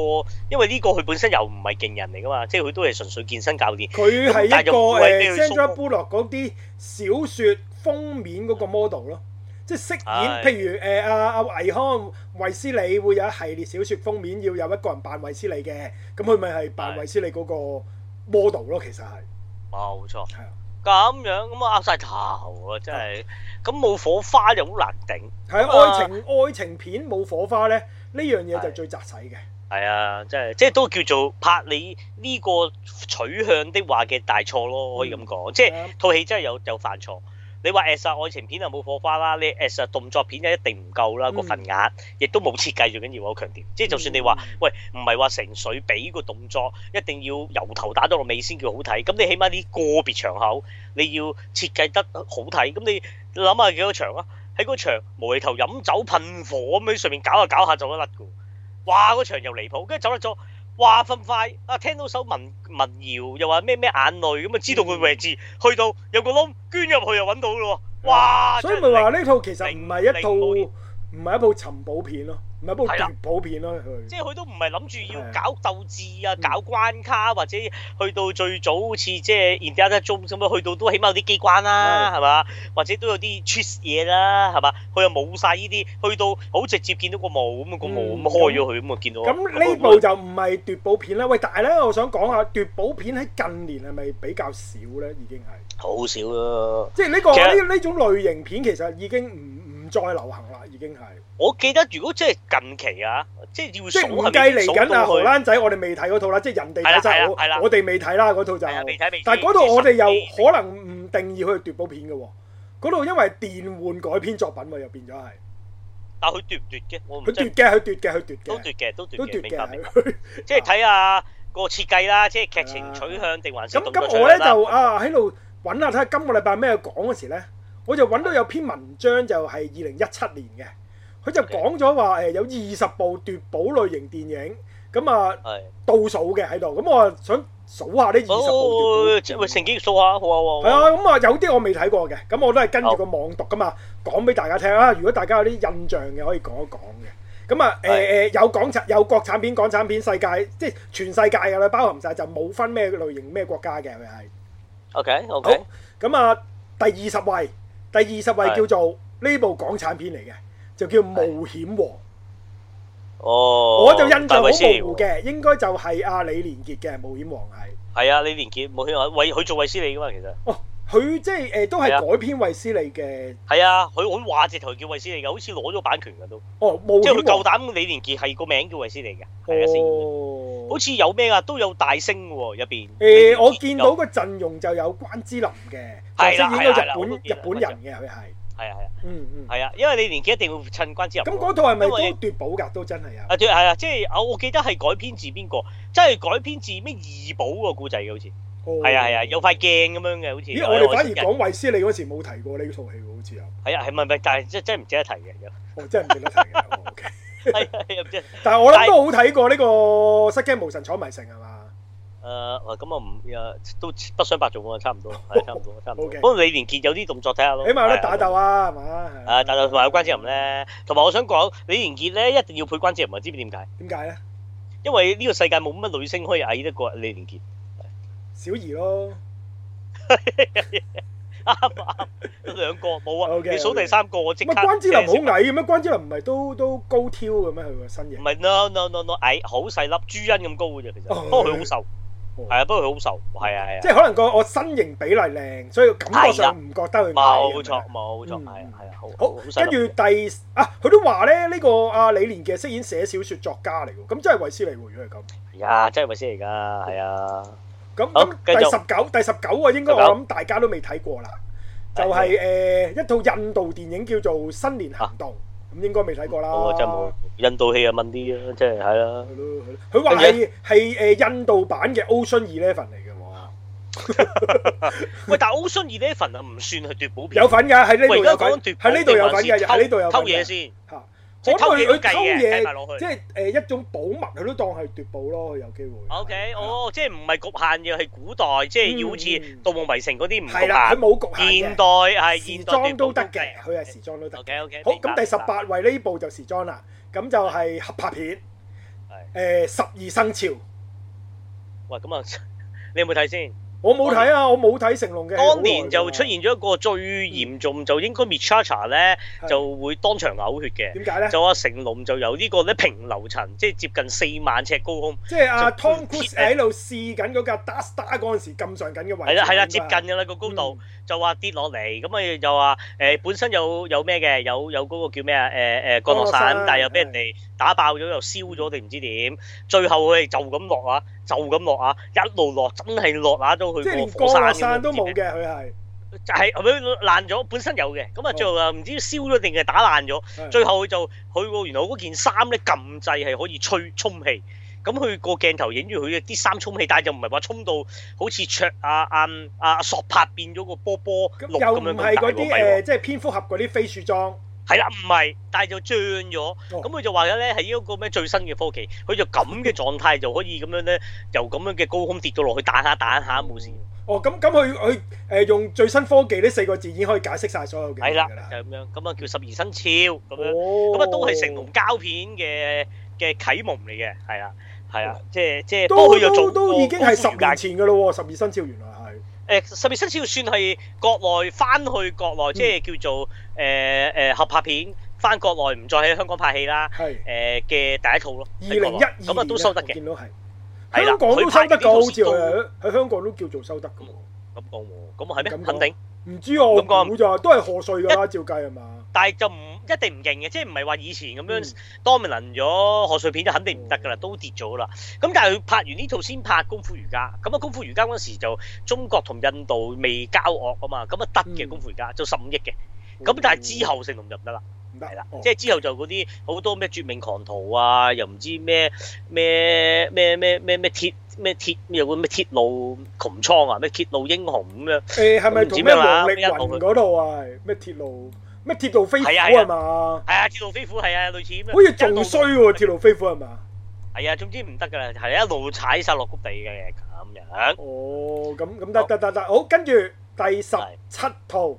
因為呢個佢本身又唔係勁人嚟噶嘛，即係佢都係純粹健身教練。佢係一但係個就唔會誒俾佢 Sandra 鬆 Bullock 嗰啲小説封面嗰個 model 咯，即係飾演係譬如誒阿阿維康維斯利會有一系列小説封面要有一個人扮維斯利嘅，咁佢咪係扮係維斯利嗰個 model 咯，其實係冇錯，係啊咁樣咁啊，拗晒頭啊，真係咁冇火花就好難頂。係啊愛情愛情片冇火花咧，呢樣嘢就係最扎使嘅，係啊，真係即係都叫做拍你呢個取向的話嘅大錯咯，可以咁講。即係套戲真係有有犯錯。你話 S 愛情片就啊冇火花啦，你 S 動作片就一定唔夠啦，個份額亦都冇設計最緊要，我強調。即係就算你話喂唔係話成水俾個動作，一定要由頭打到落尾先叫好睇。咁你起碼啲個別場口你要設計得好睇。咁你你諗下幾多場啊？喺嗰場無厘頭飲酒噴火咁樣，上面搞下搞下就一甩㗎。哇！嗰場又離譜，跟住走甩咗。哇！咁快啊！聽到首民民謠，又話咩咩眼淚咁啊，知道佢位置，去到有個窿捐入去又揾到咯喎。哇！所以啊真咪係話呢套其實唔係一套零零冇唔係一部尋寶片咯，唔係一部係啦奪寶片咯，佢即係佢都唔係諗住要係啊搞鬥志啊，嗯搞關卡或者去到最早好似即係 Indiana Jones 咁樣，去到都起碼有啲機關啦，係嘛？或者都有啲 trick 嘢啦，係嘛？佢又冇晒呢啲，去到好直接見到個墓咁啊，個墓嗯咁開咗佢咁啊，見到咁呢部就唔係奪寶片啦。喂，但係咧，我想講下啊奪寶片喺近年係咪比較少咧？已經係，好少啦。即係呢個其實呢呢種類型片其實已經唔唔再流行啦，已經係。我記得如果即係近期啊，即係要即係數唔係計咪嚟數緊啊到荷佢？蘭仔，我哋未睇嗰套啦，即係人哋係睇啦就係啦好係啦我哋未睇啦嗰套就係啊，。未睇未知。但係嗰度我哋即係又可能唔定義佢係奪寶片嘅喎。嗰度因為係電玩改編作品喎，又變咗係。但佢奪唔奪嘅？我唔佢奪知。嘅，佢奪嘅，佢奪都嘅，奪嘅，嗯都奪都奪嘅，明白明白。嘅。即係睇下個設計啦，即係劇情取向定還是啊咁動作咁取我咧向啦就啊喺度揾下睇下今個禮拜咩講嗰時咧，我就揾到有篇文章就係二零一七年嘅，佢就講咗話誒有二十部奪寶類型電影，咁啊係。倒數嘅喺度，咁我啊想數下呢二十部奪寶哦，電影喂，成幾數下，好啊好係啊。啊，咁啊有啲我未睇過嘅，咁我都係跟住個網讀噶嘛，講俾大家聽啊。如果大家有啲印象嘅，可以講一講嘅。咁啊，誒誒、有港產有國產片、港產片世界，即係全世界㗎啦，包含晒就冇分咩類型、咩國家嘅佢係。 OK OK，咁啊，第二十位，第二十位係叫做呢部港產片嚟嘅，就叫《冒險王》。哦，我就印象好大模衛斯利糊嘅，應該就係阿李連傑嘅《冒險王》係。係啊，李連杰冇圈啊，為佢做衛斯理噶嘛，其實哦，佢即係誒、呃都係係啊改編衛斯理嘅。係啊，佢佢話直頭叫衛斯理嘅，好似攞咗版權噶都，哦，冒即係佢險王夠。膽李連杰係個名叫衛斯理嘅，係啊，先。哦。好似有咩啊，都有大聲喎入邊。誒、我見到個陣容就有關之琳嘅，就係飾啦演係啦個我日都本見日啦本人嘅佢係，係啊係啊嗯嗯。係啊，因為李連杰一定會趁關之琳。咁嗰套係咪因為都奪寶㗎？都真係啊！啊對係啊，即係啊我記得係改編自邊個，即係改編自咩二寶個故仔嘅好似。係啊係啊，有塊鏡咁樣嘅好似。哦咦，我哋反而識人講衛斯理嗰時冇提過呢套戲喎，好似有，係啊，係咪咪？但係真真係唔值得提嘅，有我真係唔記得提嘅。 哦 OK 係啊係啊唔知。誒，但係我諗都好睇過呢個《失驚無神闖迷城》係嘛？哦咁啊唔誒都不相伯仲喎，差唔 多，係差唔多，差唔多。 OK 不過李連杰有啲動作睇下咯，起碼有係得啊打鬥啊，係嘛？係啊，但係同埋有關之琳咧，同埋我想講李連杰咧一定要配關之琳，唔知唔知點解？點解咧？因為呢個世界冇乜女星可以矮得過李 連杰。 小儀咯，啱啊啱，兩個冇啊， OK，你數第三個我即乜刻。啊關之琳好矮嘅咩？關之琳唔係都都高挑嘅咩？佢個身唔形。係 no no no no 矮，好細粒，朱茵咁高嘅啫，其哦實。不過佢好瘦，哦係啊，不過佢好瘦，係啊係啊即。係可能個我身形比例靚，所以感覺上唔覺得佢冇錯錯。冇錯，嗯係啊係啊，好好，好細跟粒住第啊，佢都話咧，呢個阿李連嘅飾演寫小説作家嚟喎，咁真係衛斯理喎，如果係咁。係啊，真係咪先嚟㗎？係啊，咁好咁繼第續十九第十九啊，應該我19諗大家都未睇過啦，就係係誒一套印度電影叫做《新年行動》，咁應該未睇過啦。我真係冇印度戲啊，問啲啊，真係係啦。係咯。係咯佢話係係誒印度版嘅 Ocean Eleven 嚟嘅喎，喂，但係 Ocean Eleven 啊，唔算係奪寶片。有份㗎喺呢度喂，而家有份講奪，寶喺呢度有份定還嘅，是喺呢度有偷份偷嘢嘅先，嚇。即係偷嘢我都諗佢計嘅，偷嘢計埋落去。即係誒一種寶物，佢都當係奪寶咯，佢有機會。 O K，係啦哦，即係唔係局限嘅，係古代，即係要好似嗯《盜夢迷城》嗰啲唔係啦，佢局冇限。局現限代嘅，係時現代裝奪都寶得計嘅，佢係時裝都得 O 嘅。 K O K。好，明白咁第十八位呢部就時裝啦，咁就係合拍片，誒十二生肖。喂，咁啊， 你有冇睇先？我冇睇啊，我冇睇成龍嘅戲。當年好耐㗎就啦出現咗一個最嚴重，就應該 Michacha 咧係就會當場嘔血嘅。嗯點解咧？就話成龍就由呢個咧平流層，即係接近四萬尺高空，即係阿就 Tom Cruise 喺度試緊嗰架 Dark Star 嗰陣時咁上緊嘅位置。係啦係啦，接應近該係㗎啦個高度嗯，就話跌落嚟，咁啊又話誒本身有有咩嘅，有有嗰個叫咩啊誒誒降落降落傘傘，嗯但係又俾人哋打爆咗，又燒咗定唔知點，最後佢哋就咁落啊，就咁落啊，一路落真係落啊到去即係連個降火落山傘都冇嘅，嘅，佢係就係後尾爛咗，本身有嘅，咁啊最哦後啊唔知燒咗定係打爛咗。係最後佢就佢個原來嗰件衫咧撳掣係可以吹充氣，咁佢個鏡頭影住佢啲衫充氣，但係就唔係話充到好似卓啊啊啊索帕變咗個波波咁綠咁又唔樣係咁大嗰喎啲唔係喎誒，即係蝙蝠俠嗰啲飛鼠裝。係啦，唔係，但係就脹哦咗。咁佢就話咧係呢一個咩最新嘅科技，佢就咁嘅狀態就可以咁樣咧，由咁樣嘅高空跌到落去彈下彈下冇事。哦，咁咁佢佢誒用最新科技呢四個字已經可以解釋晒所有嘅嘢係啦㗎，就啦。係咁樣，咁啊叫十二生肖咁樣。咁咁啊都係成龍膠片嘅嘅啟蒙嚟嘅，係啦，係啊，即係即係，不過哦都佢就都做都已經係十年年前㗎咯喎，十二生肖原來係。誒十二生肖算係國內翻去嗯國內，即係叫做誒誒合拍片，翻國內唔再喺香港拍戲啦，係誒嘅第一套咯，二喺國零內一二咁啊都收得嘅，見到係。係啦香港都佢收得拍呢套㗎，好似先係喺香港都叫做收得㗎喎。咁講喎，咁係咩？咁講肯定，唔知啊嗯我咁講估咋，都係賀歲㗎 啦，照計係嘛？但係就唔一定唔勁嘅，即係唔係話以前咁嗯樣 dominant 咗賀歲片就肯定唔得㗎啦，都跌咗啦。咁但係佢拍完呢套先拍《功夫瑜伽》，咁啊《功夫瑜伽》嗰時就中國同印度未交惡啊嘛，咁啊得嘅嗯《功夫瑜伽》就十五億嘅，咁但係之後成龍就唔得啦，唔得係啦哦，即係之後就嗰啲好多咩絕命狂徒啊，又唔知咩咩咩咩咩咩鐵咩鐵有個咩鐵路窮倉啊，咩鐵路英雄咁樣。誒係咪唔知同咩咩話王力咩一路宏嗰度啊？咩鐵路咩鐵路飛虎係啊係啊係嘛？係啊，鐵路飛虎係啊，類似咁樣。好似仲衰喎，鐵路飛虎係嘛？係啊，總之唔得㗎啦，係一路踩晒落谷地嘅咁樣。哦，咁咁得得得得，好，跟住第十七套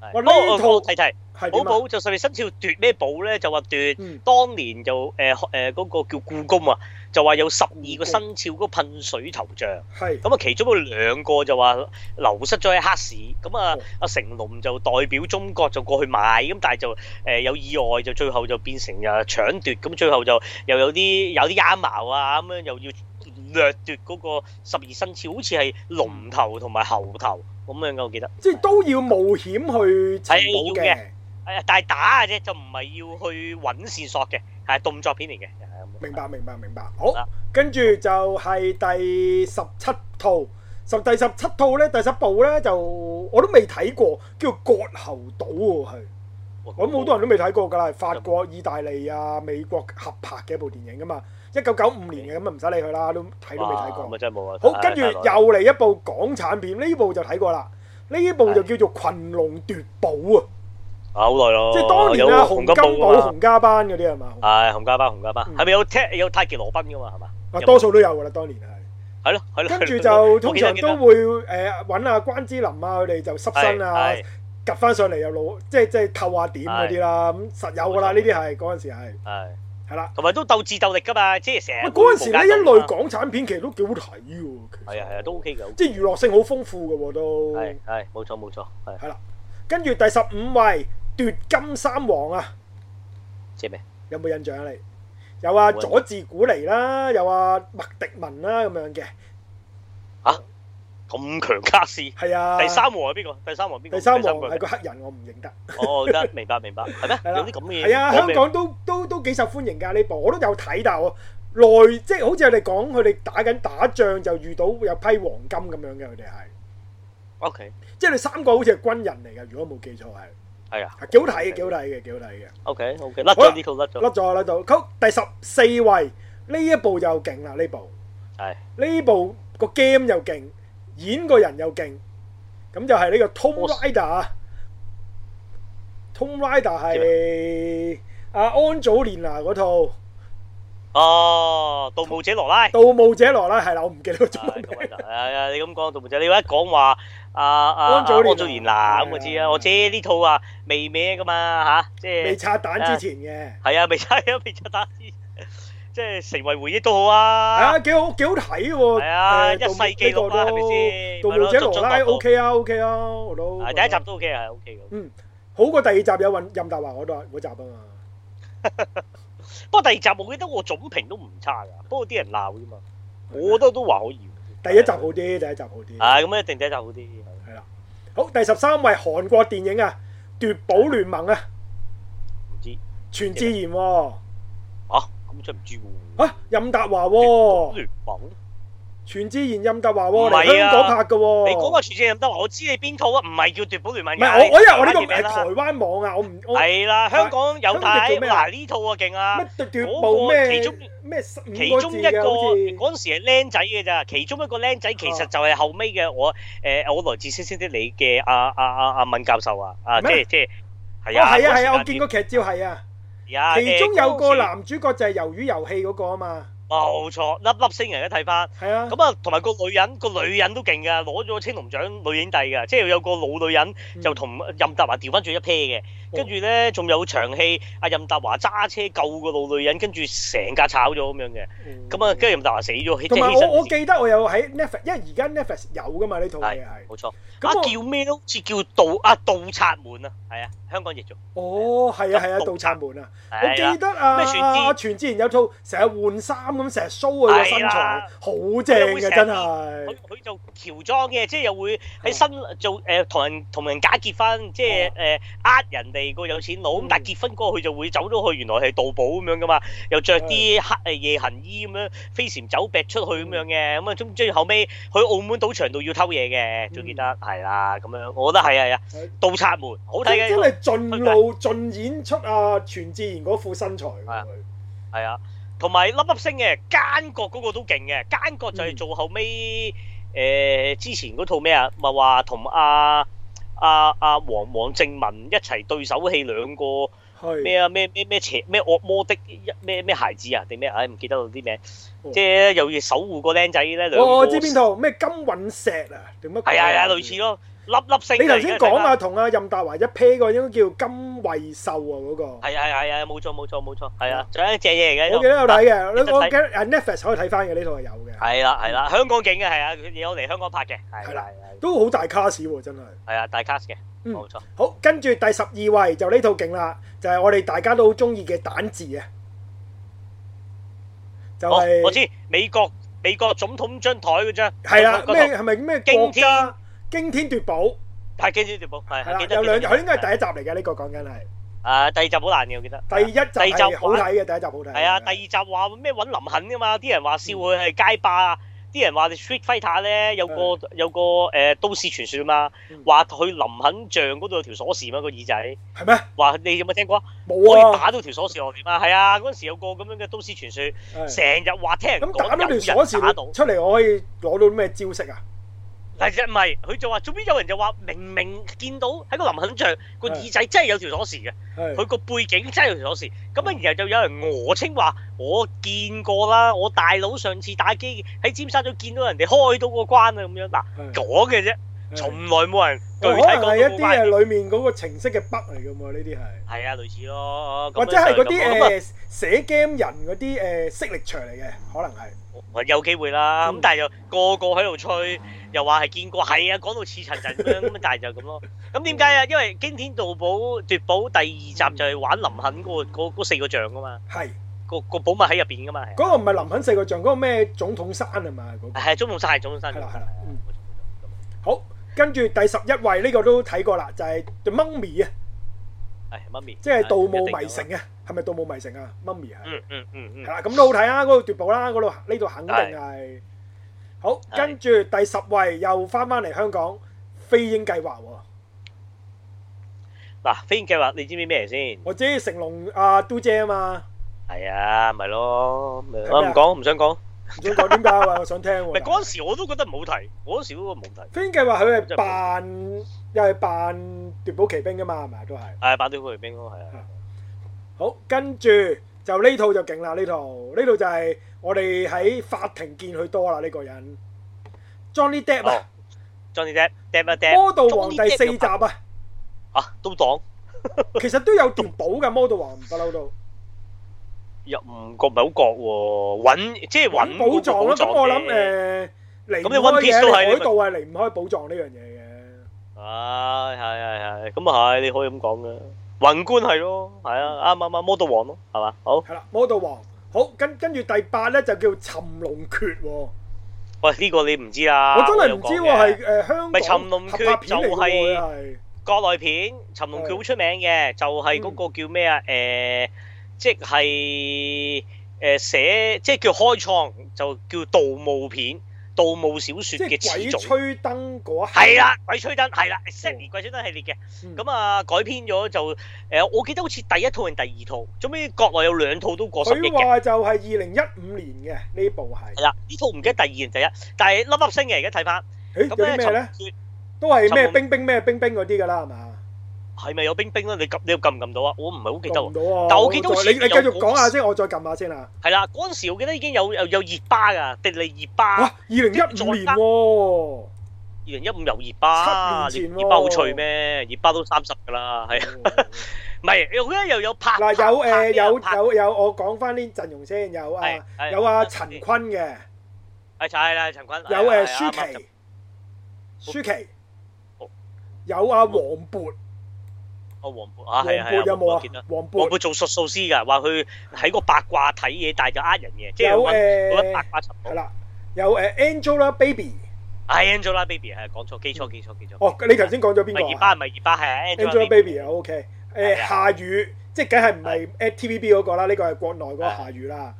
係哇不過呢我套我提提寶係點啊？寶就十二生肖奪咩寶咧？就話奪嗯當年就誒誒嗰個叫故宮啊，就話有十二個生肖嗰個噴水頭像。係咁啊，其中有兩個就話流失咗喺黑市，咁啊哦，阿成龍就代表中國就過去買，咁但係就誒、呃有意外，就最後就變成啊搶奪，咁最後就又有啲有啲陰謀啊，咁樣又要掠奪嗰個十二生肖，好似係龍頭同埋猴頭咁樣嘅，我記得。即係都要冒險去尋寶係要嘅，係啊，但係打嘅啫，就唔係要去揾線索嘅，係動作片嚟嘅。係咁明白明白明白。好啊，跟住就係第十七套，十第十七套咧，第十部咧就我都未睇過，叫《割喉島》喎係。我諗好多人都未睇過㗎啦，係法國、意大利啊、美國合拍嘅一部電影㗎嘛，一九九五年嘅咁啊，唔使理佢啦，都睇都未哇睇咁啊過。真係冇啊。好，跟住太又耐啦嚟一部港產片，呢部就睇過啦，呢部就叫做《群龍奪寶》啊，啊好耐咯，即係當年有啊洪洪金金寶寶、啊嘛。洪家班嗰啲係嘛？係洪家班，洪家班嗯係咪有踢有泰傑羅賓噶嘛？係嘛？啊，有冇多數都有㗎啦，當年係。係咯係咯。跟住係咯就通常都我會誒揾阿關之琳啊，佢哋就濕記得記身得啊係，趌翻上嚟又老，即係即係透下點嗰啲啦，咁實有㗎啦，呢啲係嗰陣時係係係係啦。同埋都鬥智鬥力噶嘛，即係成日喂，嗰陣時咧一類講港產片其實都幾好睇喎，其實係啊係啊都 OK 嘅，即係娛樂性好豐富嘅喎都。係係冇錯冇錯係係啦，跟住第十五位奪金三王啊，即係咩？有冇印象啊你？有啊，冇印象佐治古尼啦，有啊麥迪文啦咁樣嘅，咁強卡士。係啊。第三王係邊個？第三王邊個？第三王個係個黑人，我唔認得。哦，得明白明白，係咩？係啦有啲咁嘅嘢。係啊，我香未港都都都幾受歡迎㗎呢部，我都有睇，但係我內即係好似我哋講佢哋打緊打仗就遇到有批黃金咁樣嘅，佢哋係 O K 即係你三個好似係軍人嚟嘅，如果冇記錯係。係啊，幾好睇嘅，幾好睇嘅，幾好睇嘅。 O K O K，甩好啦咗呢套甩咗甩，咗啦，到好第十四位呢一部又勁啦，呢部係呢部個 game 又勁，演個人又勁，咁就係呢個 Tomb Boss Raider 啊。Tomb Raider 係啊阿安祖蓮娜嗰套《哦，盜墓者羅拉。盜墓者羅拉》係啦，我唔記得咗中 文名。哎係啊，咁啊，係啊，你咁講，杜牧仔，你一講話，啊，啊，安祖蓮娜。安祖蓮娜，咁我知啊，係啊。我知呢套啊，未咩㗎嘛，吓，即係，未拆彈之前 嘅，係啊，未拆啊，未拆打先，即係成為回憶都好啊，啊幾好幾好睇喎！係啊，誒一世紀錄啦係咪先盜墓者羅咪拉咯捉咗 OK 啊 OK 啊，我都覺得係，第一集都OK啊，係OK嘅。不過第二集好過第二集啊有任任達華嗰度嗰集啊嘛。我記得我總評都唔差㗎，不過啲人鬧啫嘛，我覺得都還可以。第一集好啲，第一集好啲。啊係，咁一定第一集好啲，係。係啦。好，第十三位韓國電影啊，《奪寶聯盟》啊，全智賢喎、唔知，啊，咁真係唔知喎。啊，任達華喎、聯盟？全智賢任達華唔喎、嚟係啊香港拍嘅喎、你講個處置任得話，我知你邊套啊，唔係叫奪寶聯盟唔嘅。係我我因為我呢個你係台台灣灣網啊，我唔嘅我乜係啦，香港有香港叫睇做咩啊嗱呢套啊勁啊，奪奪寶嗰個其咩中咩其五個中字一嘅個好似嗰陣時係僆仔嘅咋，其中一個僆仔其實就係後尾嘅我誒我來自星星的你嘅阿阿阿阿敏教授啊啊即咩係即係哦係啊係啊係啊，我見見過劇照係啊，啊其中有個，誒男主角就係魷魚遊戲嗰個啊嘛，嗰陣時冇錯粒粒星人一睇翻。係啊，咁啊，同埋個女人，個女人都勁噶，攞咗青龍獎女影帝㗎，即係有個老女人嗯哦就同任達華調翻轉一 pair 嘅，跟住咧仲有場戲，阿任達華揸車救個老女人，跟住成架炒咗咁樣嘅，咁啊，跟住任達華死咗，即同係埋犧牲我我自己。記得我有喺 Netflix，因為而家 Netflix 有㗎嘛呢套嘢係。冇錯，咁啊我叫咩都好似叫盜啊盜賊門啊，係啊，香港譯做。哦，係啊，係啊，盜盜賊門啊！我係啦記得啊，咩全智阿全智賢有套成日換衫咁，成日 show 佢個身係啦材，好正嘅真佢係。佢就喬裝嘅，即係又會喺新做誒同人同人假結婚，即係誒呃人哋個有錢佬。咁嗯但係結婚嗰個佢就會走咗去，原來係盜寶咁樣噶嘛，又着啲黑誒夜行衣咁樣飛檐走壁出去咁樣嘅。咁啊，終於後尾去澳門賭場度要偷嘢嘅，最記得係啦咁樣。我覺得係係啊係，盜賊門好睇真真嘅，係盡路盡演出啊！全智賢嗰副身材喎，係啊佢係啊，同埋粒粒星嘅奸角嗰個都勁嘅，奸角就係做後尾誒、之前嗰套咩啊，咪話同阿阿阿黃黃正文一齊對手戲兩個係咩啊咩咩咩邪咩惡魔的一咩咩孩子啊定咩唉唔記得咗啲名哦，即係又要守護個僆仔咧兩個。我我知邊套咩金隕石啊定乜鬼？係啊係啊，類似咯，粒粒星。你頭先講啊，。同啊任達華一 pair 個應該叫金惠秀啊嗰個，係啊係啊係啊，冇錯冇錯冇錯，係啊，仲有一隻嘢嚟嘅。我記得有睇嘅，記得睇你我記得啊 Netflix 可以睇翻嘅呢套係有嘅，係啦係啦，香港景嘅係啊，佢有嚟香港拍嘅，係啦係係啦啦都好大卡 a 喎真係。係啊，大 cast 嘅，嗯冇錯。好，跟住第十二位就呢套勁啦，就係、我哋大家都好中意嘅蛋字啊，就哦係、，我知美國美國總統張台嗰張係啦嗰，個咩係咪咩國家驚天奪寶係記得條報，係係啦記，得有兩記得佢應該係第一集嚟嘅呢個講緊係，啊第二集好難嘅，我記得。第一集啊第二集係好嗯睇嘅，第一集好睇嘅。係啊，第二集話咩揾林肯噶嘛，啲人話笑佢係街霸，啊啲人話你 Street Fighter 咧有個有個誒都市傳說嘛嗯，話去林肯像嗰度有條鎖匙嘛個耳仔，係咩？話你有冇聽過啊？可以冇啊，打到條鎖匙落嚟嘛？係啊，嗰陣時有個咁樣嘅都市傳說，係成日話聽人咁打講到有條人鎖打匙到。出嚟，我可以攞到啲咩招式啊？嗱，唔係，佢就話，總之有人就話，明明見到喺個林肯像個耳仔真係有條鎖匙嘅，佢係個背景真係有條鎖匙。咁啊，然後就有人訛稱話，我見過啦，我大佬上次打機喺尖沙咀見到人哋開到個關啊，咁樣嗱係哦講嘅啫，從來冇人具可體能係講一到個啲誒關。裡面嗰個程式嘅 bug 嚟㗎嘛，呢啲係。係啊，類似咯，或咁者係樣就嗰係咁啊啲誒寫 game 人嗰啲誒識力場嚟嘅，可能係。有機會啦。咁嗯但係又個個喺度吹，又話係見過，係啊，講到似層層咁樣，咁 但係就咁咯。咁點解啊？嗯因為驚天盜寶奪寶第二集就係玩林肯嗰、個嗰嗰四個像噶嘛，係個個寶物喺入邊噶嘛，係啊嗰個唔係林肯四個像，嗰個咩總統山係嘛？嗰個係啊中龍山係中龍山。係啦係啦冇錯嗯冇錯冇錯好，跟住第十一位呢個都睇過啦，就係 The Mummy 啊，係媽咪，即係《盜墓一定有迷城》啊，係咪《盜墓迷城》啊？Mummy 係嗯。嗯嗯嗯 係啦，咁都好睇啊！嗰度奪寶啦，嗰度呢度肯定係好。係跟住第十位又翻翻嚟香港《飛鷹計劃》喎，嗱，飛鷹計劃你知唔知咩嚟先？我知成龍阿嘟姐啊嘛，係啊，咪咯，咪咩啊我唔講，唔想講。唔想講點解啊 喎，我想聽唔喎係。嗰陣時我都覺得唔好提，我嗰時都覺得唔好提。飛鷹計劃佢係扮又係扮奪寶奇兵噶嘛，係咪都係？誒，百鳥飛兵咯，係啊。嗯好，跟住就呢套就勁啦，呢套呢套就係我哋喺法庭見佢多啦，呢個人 Johnny Depp 哦啊， ，Johnny Depp Depp 一《 Depp，魔盜王》第四 Johnny 集 Depp 啊，啊，都擋其實都有奪寶嘅《魔盜王》，不嬲都又唔覺唔係好覺喎，揾即係揾揾寶藏啦。咁我諗嘅誒離唔咁你 One 開 Piece 嘅，都你係海呢個盜係離唔開寶藏呢樣嘢嘅。唉，係係係，咁啊係，你可以咁講嘅。宏觀係咯，係嗯啊，啱啱啱，魔盜王咯，係嘛？好，係啦，《魔盜王》好跟跟住第八咧就叫《尋龍訣》喎。喂，呢個你唔知啦，我真係啊有唔講知嘅喎，係誒香咪港尋龍合訣拍片嚟就嘅係喎，係國內片《尋龍訣》好出名嘅，就係嗯嗰個叫咩啊？誒，即係誒寫，即係叫開創，就叫盜墓片、盜墓小即說嘅係始鬼祖。吹哦燈嗰一下。係啦，鬼吹燈係啦，exactly 鬼吹燈系列嘅。嗯，咁啊改編咗就誒、呃我記得好似第一套定第二套，總之國內有兩套都過十億佢嘅。話就係二零一五年嘅呢部係係，啊啦，呢套唔記得第二定第一，但係粒粒星嘅而家睇翻。誒有咁啲咧咩咧？就都係咩尋夢冰冰咩冰冰嗰啲㗎啦，係嘛？係咪有冰冰咧？你撳你撳唔撳到啊？我唔係好記得撳唔喎。到啊！但我記得好似再你你繼有續個講下先，我再撳下先啊！係啦，嗰陣時我記得已經有有有熱巴㗎，迪麗熱巴。哇！二二零一五年喎，零一五有熱巴，七熱年前喎巴好脆咩？熱巴都三十㗎啦，係啊，哦唔係又咧又有拍嗱拍有拍誒有拍有有，我講翻啲陣容先，有啊係係有啊係陳坤嘅，係係啦，陳坤有係啊誒係舒啱啱就淇，舒淇好，有啊黃渤，哦黃渤黃啊係啊係渤啊，有冇我啊記得？黃我渤會做術數師㗎，話佢喺個八卦睇嘢，但係就呃人嘅，即係有揾揾八誒卦尋寶係。啦，有誒 Angelababy。係 Angelababy 係講錯，記錯記錯記錯。哦，你頭先講咗邊咪熱個啊巴咪熱巴係？Angelababy 啊，OK。誒係啊夏雨，即係梗係唔係 at TVB 嗰個啦？呢個係國內嗰個係夏雨啦。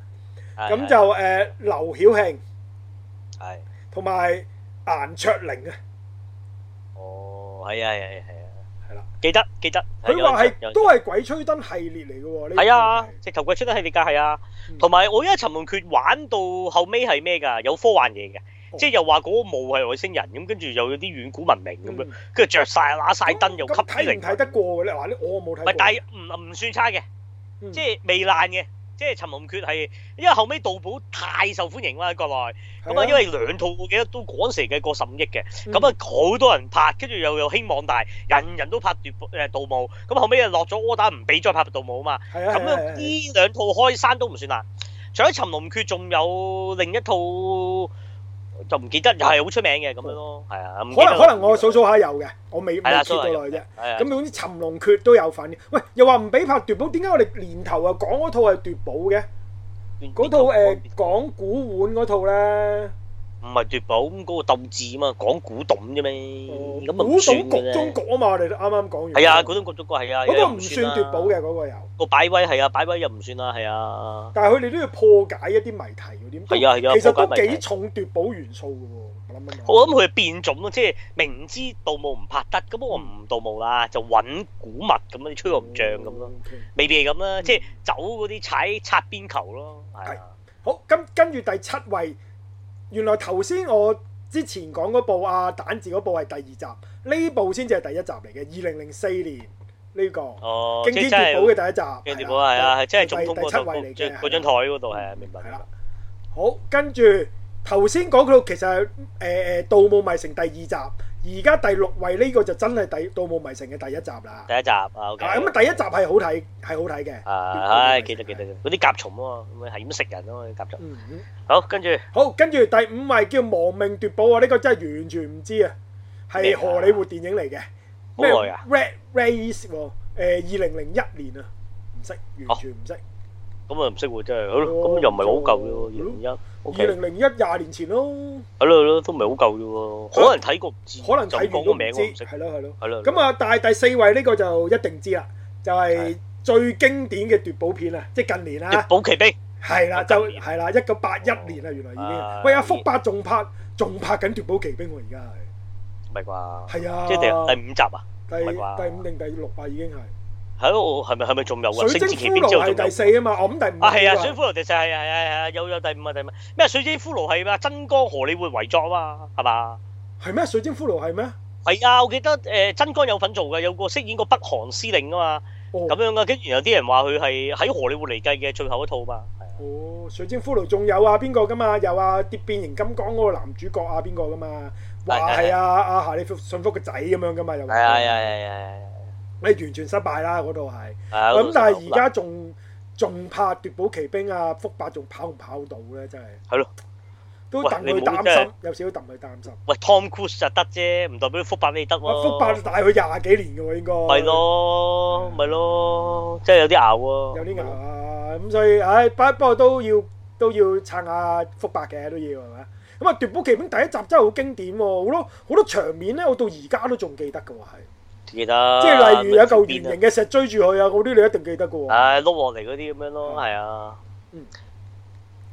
係咁就誒劉曉慶係同埋顏卓靈啊，哦係啊係啊係啊，係啦。記得記得。佢話係都係係鬼吹燈系列嚟嘅喎。呢個係啊係，直頭鬼出得系列㗎係啊嗯。同埋我依家《尋龍訣》玩到後尾係咩㗎？有科幻嘢嘅，哦即係又話嗰個墓係外星人咁，跟住又有啲遠古文明咁樣，跟住着晒揦晒燈又吸嗯咁啲睇唔靈睇魂。得過嘅咧？嗱，呢我冇睇唔過。係，但係唔唔算差嘅，嗯即係未爛嘅。即係《尋龍決》係，因為後尾盜寶太受歡迎啦喺國內，咁係啊因為兩套我記得都嗰陣時嘅過十五億嘅，嗯咁啊好多人拍，跟住又又興網大，人人都拍奪誒盜墓，咁後尾啊又落咗 order 唔俾再拍盜墓啊嘛，係啊，咁係啊樣呢兩套開山都唔算難。除咗《尋龍決》，仲有另一套就唔記得，又係好出名嘅咁樣咯。係啊，唔記可得能可能我數數下有嘅，我未係啦未切數下到耐有啫。係啊咁總之尋龍決都有份嘅。喂，又話唔俾拍奪寶，點解我哋年頭啊講嗰套係奪寶嘅？邊嗰套誒講古玩嗰套咧，唔係奪寶咁嗰個鬥智啊嘛，講古董啫咩，咁啊哦古唔算嘅董局啫中局啊嘛，我哋啱啱講完。係啊，古董局中局係啊，嗰又個唔算奪寶啦。嘅嗰個又，個擺位係啊，擺位又唔算啦，係啊，但係佢哋都要破解一啲謎題嗰啲。係啊係啊其實破解謎都題啊幾重奪寶元素嘅喎。我諗啊諗下。我諗佢係變種咯，即係明知盜墓唔拍得，咁我唔盜墓啦，就揾古物咁樣，你吹我唔漲咁咯。嗯，OK。未必係咁啦，即係走嗰啲踩擦邊球咯，係啊，好，跟跟住第七位，原來頭先我之前講嗰部啊蛋字嗰部係第二集，呢部先至係第一集嚟嘅，二零零四年呢個《哦，驚即係天真係奪寶》嘅第一集，驚天係奪寶係啊，啦係真係第總統第嗰七度位嚟嗰嘅，嗰張係台啦嗰度係啊，明白。係啦，好，跟住頭先講到其實係誒誒《盜墓迷城》第二集，而家第六位呢個就真係第《盜墓迷城》嘅第一集啦。第一集啊，OK。啊咁啊，第一集係好睇，係好睇嘅。啊，唉，記得記得，嗰啲甲蟲啊嘛，咁係咁食人啊嘛，啲甲蟲。嗯。嗯好，跟住好，跟住第五位叫《亡命奪寶》啊，呢、個真係完全唔知啊，係咩啊荷里活電影嚟嘅，好耐啊 Red Race 喎、二零零一年啊，唔識，完全唔識。咁啊唔識喎，真係，好咯，咁又唔係好舊啫喎，二零一二，OK，零零一廿年前咯，係咯係咯，都唔係好舊啫喎，可能睇過唔知，可能就咁睇完講都個唔名知，我唔識，係咯係咯。係咯。咁啊，但係第四位呢個就一定知啦，就係、係最經典嘅奪寶片啊，即係近年奪啦，寶奇兵，係啦，近就年係啦，一九八一年啦，原來已經。啊喂，阿福伯仲拍仲拍緊奪寶奇兵喎，而家唔係啩？係係啊，即係第第五集啊？第唔係啩啊第五定第六啊吧，已經係喺度係咪係咪仲有啊？水星晶之奇骷兵之後髏仲有係第。四啊嘛，我咁第五啊，係啊，水啊骷髏第四係係係係有有第五啊第五咩水晶骷髏係嘛？真光荷里活遺作啊嘛，係嘛？係咩？水晶骷髏係咩？係啊，我記得誒、呃真光有份做嘅，有個飾演個北韓司令啊嘛，哦咁樣噶，跟住有啲人話佢係喺荷里活嚟計嘅最後一套嘛，係啊哦，水晶骷髏仲有啊邊個噶嘛？有啊跌變形金剛嗰個男主角啊邊個噶嘛？話係啊啊夏利信福個仔咁樣噶嘛？又話係啊係啊係啊你完全失敗啦嗰度係。係啊，咁但係而家仲仲拍奪寶奇兵啊，福伯仲跑唔跑到咧？真係係咯，都喂戥你佢冇擔真係心，有少少戥佢擔心。喂 Tom Cruise 就得啫，唔代表福伯你得啊喎，福伯大佢廿幾年嘅喎應該。咪咯咪咯，即係有啲拗喎，有啲牙啊，咁所以唉，不不過都要都要撐下福伯嘅都要係咪？咁啊，《奪寶奇兵》第一集真係好經典喎，好多好多場面咧，我到而家都仲記得嘅喎，係記得，即係例如有嚿邊圓啊形嘅石追住佢啊，嗰啲你一定記得嘅喎。唉碌落嚟嗰啲咁樣嗯咯，係啊。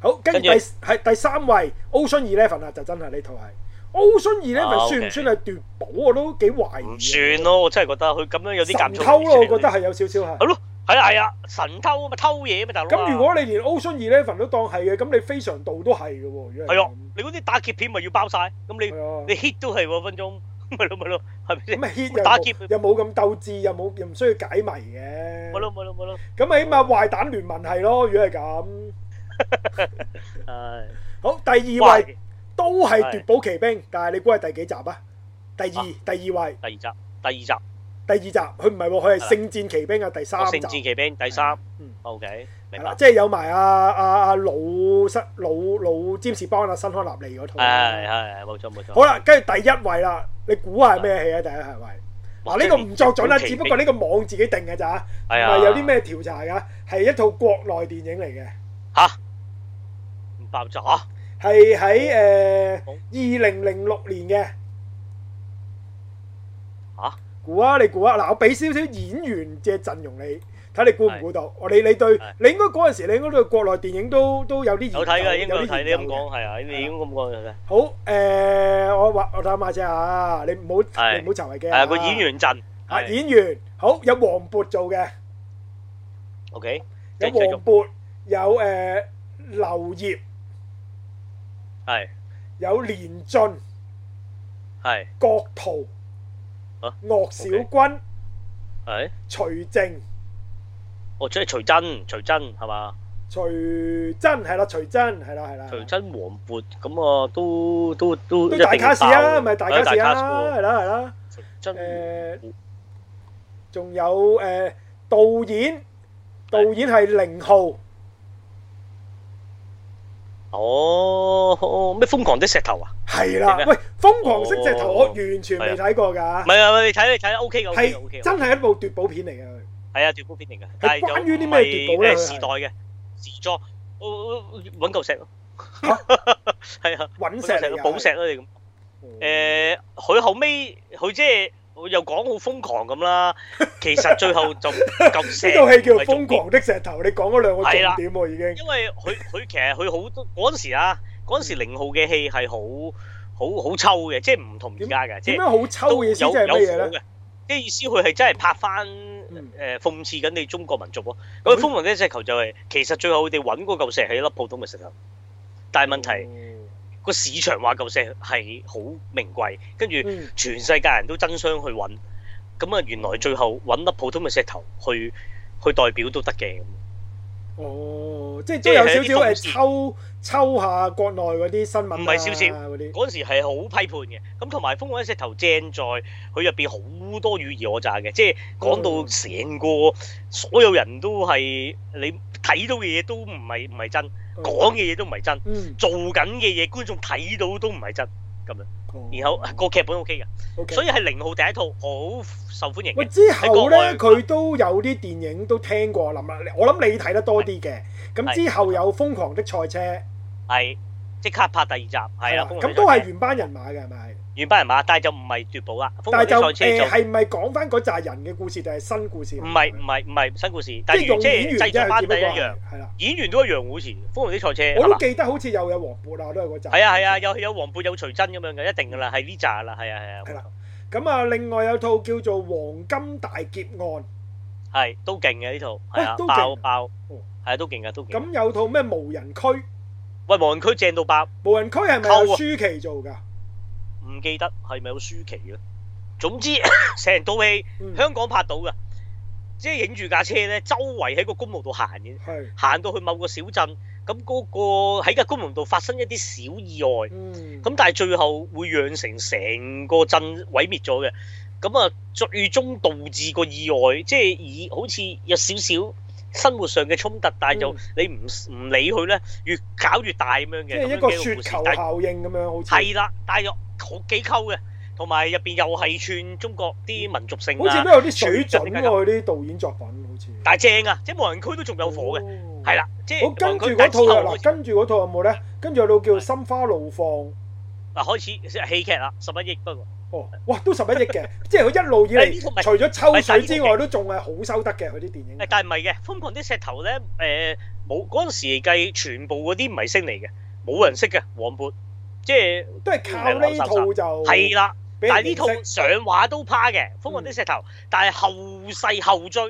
好，跟住跟住第係第三位《Ocean Eleven》啊，就真係呢套係《Ocean 啊 Eleven》 ，OK 算唔算係奪寶？我都幾懷疑啊。唔算咯，我真係覺得佢咁樣有啲夾神偷咯，我覺得係有少少係係。咯，係啊係啊，神偷啊嘛，偷嘢啊嘛，大佬啊。咁如果你連《Ocean Eleven》都當係嘅，咁你非常道都係嘅喎。如果係係咁啊，你嗰啲打劫片咪要包晒，咁你係啊你 hit 都係喎分鐘， 咪咯咪咯，係咪先？咁啊 hit 會打劫又冇又冇咁鬥志，又冇又唔需要解謎嘅。咪咯咪咯咪咯，咁啊，起碼壞蛋聯盟係咯，如果係咁。唉，好，第二位喂，都係係奪寶奇兵，但係你估係第幾集啊？第二啊第二位第二集，第二集，第二集，佢唔係喎，佢係係聖戰奇兵啊，第三我集聖戰。奇兵第三嗯，OK，明係啦白，。即係有埋阿阿阿老新老老占士邦啊，新康納利嗰套。係係係冇錯冇錯。好啦，跟住第一位啦，你估下係咩戲啊？第一係位。嗱，呢個唔作準啦，啊只不過呢個網自己定嘅咋，唔係啊係有啲咩調查㗎，係一套國內電影嚟嘅，吓唔爆炸吓，係喺誒二零零六年嘅。嚇估啊，你估啊！嗱，我俾少少演員嘅陣容你，睇你估唔估到？我你你對係，你應該嗰陣時，你應該對國內電影都都有啲研究，有睇㗎，應該有啲睇。你研究咁嘅講係啊，你咁咁講就得。好誒、呃我話我睇下先啊，你唔好係你唔好查圍機係啊。啊，個演員陣啊，係演員好有黃渤做嘅， OK，有繼繼續黃渤，有誒、呃、劉燁，係有連晉、係郭圖、啊岳小軍、係，徐靜、哦，即係徐真，徐真係嘛？徐真係啦，徐真係啦係啦，徐真黃渤咁啊，都都都都一定大卡士啊，爆咪大卡士係啊，喎係啦係啦。徐真誒，仲有誒導演，導演係零號，哦，咩瘋狂的石頭啊？係啦點。啊喂，《瘋狂色石頭》哦我完全未睇過唔㗎，係啊，你睇你睇 OK 嘅，OK 嘅，OK 係嘅，真係一部奪寶片嚟嘅。係啊，奪寶片嚟㗎。但係係關於啲咩啊就奪寶咧誒佢係時代嘅時裝，哦揾嚿石咯， 係啊，隕石揾嚿嚟石㗎寶石咯，你咁。誒、佢後尾佢即係又講好瘋狂咁啦， 其實最後就嚿石呢套戲叫唔《係重瘋點狂的石頭》，你講嗰兩個重係啦點喎已經。因為佢佢其實佢好多嗰陣時啊，嗰陣時零號嘅戲係好好好抽嘅，即係唔同而家嘅，即點係樣好抽都嘅有意思即係乜嘢有火咧？嘅。即係意思佢係真係拍翻嗯誒諷刺緊你中國民族咯。咁《咁風雲的石球》就係其實最後佢哋揾嗰嚿石係一粒普通嘅石頭，但係問嗯題個市場話嚿石係好名貴，跟住嗯全世界人都爭相去揾，咁啊原來最後揾粒普通嘅石頭去去代表都得嘅咁。哦，即係即係都有係一少啲少諷誒刺抽抽下國內嗰啲新聞啊唔係少少嗰啲。嗰陣時係好批判嘅，咁同埋《風雲石頭》正在佢入邊好多語言我炸嘅，即係講到嗯成個所有人都係你睇到嘅嘢都唔係唔係真，講嘅嘢都唔係真，嗯，做緊嘅嘢觀眾睇到都唔係真咁樣。然哦嗯後個劇本 OK 嘅，個所以係零號第一套好受歡迎喂，嘅。之後咧，喺國內佢都有啲電影都聽過林啦。我諗你睇得多啲嘅。咁係之後有《瘋狂的賽車》，係即刻拍第二集，係啦，咁都係原班人馬嘅，係咪？原班人馬，但係就唔係奪寶啦。啊風但係雲就啲賽誒車就係咪講翻嗰扎人嘅故事定係新故事嚟㗎？唔係唔係唔係新故事，但即係係用即演係員製作啫，班底只不一過係樣。係啦。演員都一樣好似《風雲啲賽車》我係都嘛？記得好似又有黃渤啊，都係嗰扎。係啊係啊，有有黃渤有徐真咁樣嘅，一定㗎啦，係呢扎啦，係啊係啊係冇啦錯，咁啊，另外有套叫做《黃金大劫案》，係都勁嘅呢套，係喂啊 都勁爆啊爆哦，係啊都勁嘅都勁。咁有套咩無人區？喂，黃區正到爆，無人區係咪溝有啊舒淇做㗎？唔記得係咪有舒淇嘅？總之 成套戲嗯，香港拍到㗎，即係影住架車咧，周圍喺個公路度行嘅，係，行到去某個小鎮，咁嗰個喺架公路度發生一啲小意外。嗯，咁但係最後會釀成成個鎮毀滅咗嘅，咁啊最終導致個意外，即係以好似有少少生活上嘅衝突，但係就嗯你唔唔理佢咧，越搞越大咁樣即嘅，係咁一樣個嘅雪故事球啊但係效應咁樣，好似係啦，但係又好幾溝嘅，同埋入邊又係串中國啲民族性好似啊，都有啲水準喎，全佢啲導演作品好似。但係正啊，即係無人區都仲有火嘅，嘅係。啦，即係哦好，跟住無人區嗰但係之套後啊開嗱，始跟住嗰套有冇咧？跟住有套叫《心花怒放》。嗱開始戲劇啦，十一億不過。哦，哇，都十一億嘅，即係佢一路以呢套嚟，咪除咗抽水之咪外，都仲係好收得嘅佢啲電影誒，。但係唔係嘅，瘋狂啲石頭咧，誒冇嗰陣時計，全部嗰啲唔係星嚟嘅，冇人識嘅黃渤，即係都係靠呢套就係啦。哦俾但人係呢套認識嗯上畫都趴嘅，瘋狂啲石頭，但係後世後追